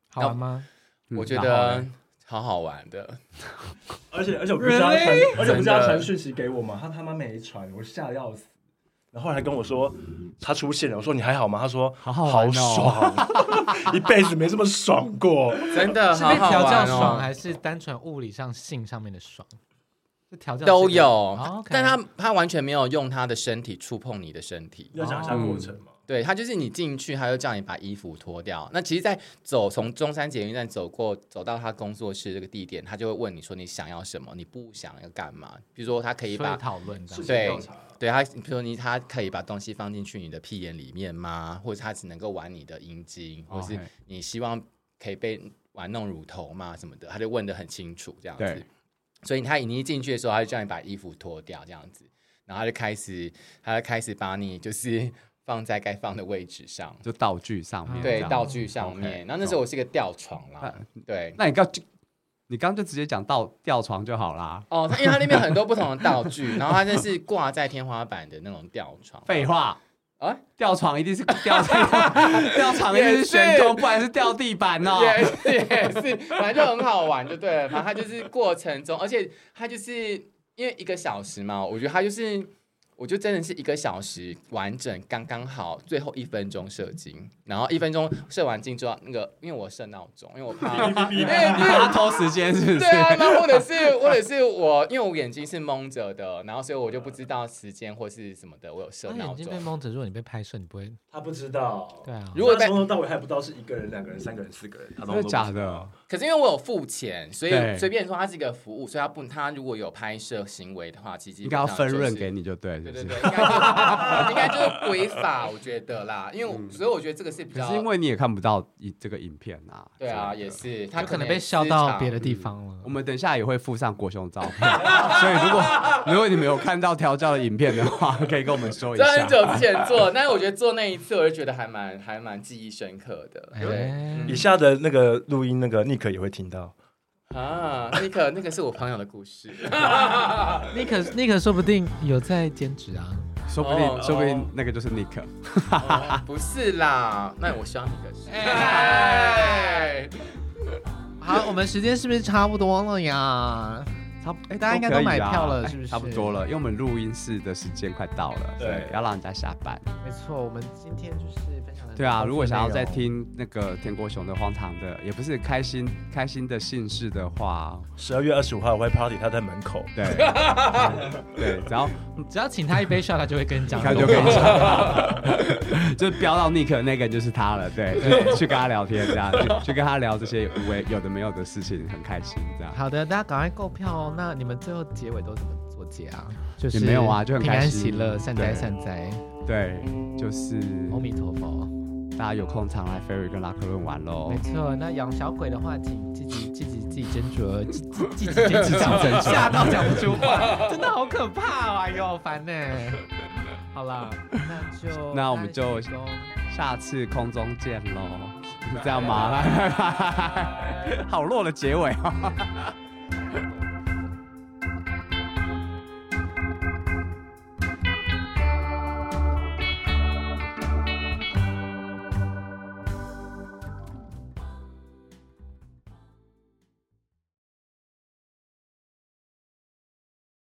S2: 好玩吗？
S4: 嗯
S1: 我觉
S4: 然后
S1: 得
S4: 嘞
S1: 好好玩的。
S3: 而且而且我不是要传，而且我不是要
S1: 真的
S3: 传讯息给我吗？他他妈没传，我吓得要死。然后后来跟我说他出现了，我说你还好吗？他说
S4: 好好玩哦
S3: 爽，
S4: <laughs>
S3: 一辈子没这么爽过。
S1: <laughs> 真的
S2: 是
S1: 好
S2: 被
S1: 好
S2: 调教
S1: 玩
S2: 爽，
S1: 哦，
S2: 还是单纯物理上性上面的爽？是调教
S1: 都
S2: 这个
S1: 有
S2: 哦，，OK
S1: 但他他完全没有用他的身体触碰你的身体，
S3: 要讲一下过程吗？
S1: 对他就是你进去，他就叫你把衣服脱掉。那其实，在走从中山捷运站走过，走到他工作室这个地点，他就会问你说你想要什么，你不想要干嘛？比如说，他可以
S2: 所以
S1: 把
S2: 讨
S4: 哦
S2: 论的，
S1: 对对他，比如说你他可以把东西放进去你的屁眼里面吗？或者他只能够玩你的阴茎，或是
S4: 哦嘿
S1: 你希望可以被玩弄乳头吗？什么的，他就问的很清楚这样子
S4: 对。
S1: 所以他你一进去的时候，他就叫你把衣服脱掉这样子，然后他就开始，他就开始把你就是 <laughs> 放在该放的位置上，
S4: 就道具上面这
S1: 对，
S4: 样
S1: 道
S4: 子
S1: 具上
S4: OK，
S1: 面。然后那时候我是一个吊床啦
S4: 啊，
S1: 对。
S4: 那你刚就你刚就直接讲到吊床就好啦。
S1: 哦，因为它那边很多不同的道
S4: <laughs>
S1: 具，然后它就是挂在天花板的那种吊床。
S4: 废话
S1: 啊，
S4: <laughs> 吊床一定是吊吊床一定是悬空，不然是吊地板哦。
S1: 也是也是，反正就很好玩就对了。反正它就是过程中，而且它就是因为一个小时嘛，我觉得它就是，我就真的是一个小时完整刚刚好，最后一分钟射精，然后一分钟射完精之后，那个因为我设闹钟，因为我怕，
S3: 嗯
S1: 因
S4: 你
S1: 为
S4: 怕偷时间是
S1: 对
S4: 不是？
S1: 啊，那或者是或者是我，因为我眼睛是蒙着的，然后所以我就不知道时间或是什么的，我有设
S2: 他
S1: 闹
S2: 啊眼睛被
S1: 钟。
S2: 蒙着，如果你被拍摄，你不会
S3: 他不知道。
S2: 对啊。
S1: 如果
S3: 他
S1: 被
S3: 从头到尾还不知道是一个人、两个人、三个人、四个人，他都
S4: 真的假的？
S1: 可是因为我有付钱，所以
S4: 对
S1: 随便说它是一个服务，所以它不，它如果有拍摄行为的话，其实
S4: 应该要分润
S1: 给。
S4: 给你就对，
S1: 对
S4: 是不
S1: 对
S4: 是
S1: 对，？应该就是应该就是违法，我觉得啦，因为我、所以我觉得这个是比
S4: 嗯可
S1: 较，
S4: 是因为你也看不到一这个影片啊。
S1: 对啊，
S4: 之类
S1: 也
S4: 的。
S1: 是他
S2: 他可
S1: 能
S2: 能被笑到别的地
S4: 嗯
S2: 方了
S4: 我。们等一下也会附上国雄照片，所以如果如果你们有看到调教的影片的话，可以跟我们说一
S1: 这
S4: 下
S1: 很。久
S4: <laughs>
S1: 之前做，但是我觉得做那一次，我就觉得还蛮还蛮记忆深刻的。对、
S2: 哎
S3: 以下的那个录音，那个 Nick 也会听到。
S1: 啊，那个那个是我朋友的故
S4: <laughs>
S1: 事，
S2: 那可那可说不定有在兼职啊。
S4: 说不定
S1: 哦
S4: 说不定那个就是 Nick。
S1: 哦不是啦，那我希望你的是。哎
S2: 好，我们时间是不是差不多了呀？差不，哎，大家应该都
S4: 可以
S2: 买
S4: 啦
S2: 票了，
S4: 哎
S2: 是不是？
S4: 差不多了，因为我们录音室的时间快到了，
S3: 对
S4: 对，要让人家下班。
S2: 没错，我们今天就是分享的。
S4: 对啊，如果想要再，
S2: 哦
S4: 听那个天国雄的荒唐的，也不是开心开心的姓氏的话，
S3: 十二月二十五号我会 party，他在门口。
S4: 对对，然后
S2: 只要请他一杯 shot，他就会跟你讲。
S4: 他就跟你讲， <laughs> 就飙到 Nick 那个就是他了，对，就是去跟他聊天这样，去去跟他聊这些无为有的没有的事情，很开心这样。
S2: 好的，大家赶快购票哦。那你们最后结尾都怎么做结啊？就是
S4: 也没有啊就很
S2: 平
S4: 开
S2: 安
S4: 心
S2: 喜乐，善哉
S4: 对
S2: 善哉，
S4: 对，就是
S2: 阿弥陀佛。
S4: 大家有空常来 Ferry 跟拉克润玩喽
S2: 没。错，那养小鬼的话，请自己自己自己斟酌，自己自己自己斟酌，吓到讲不出话，真的好可怕啊！哎呦，好烦呢、好啦，那就
S4: 那我们就下次空中 <laughs> 见喽，是这样吗？好弱的结尾啊、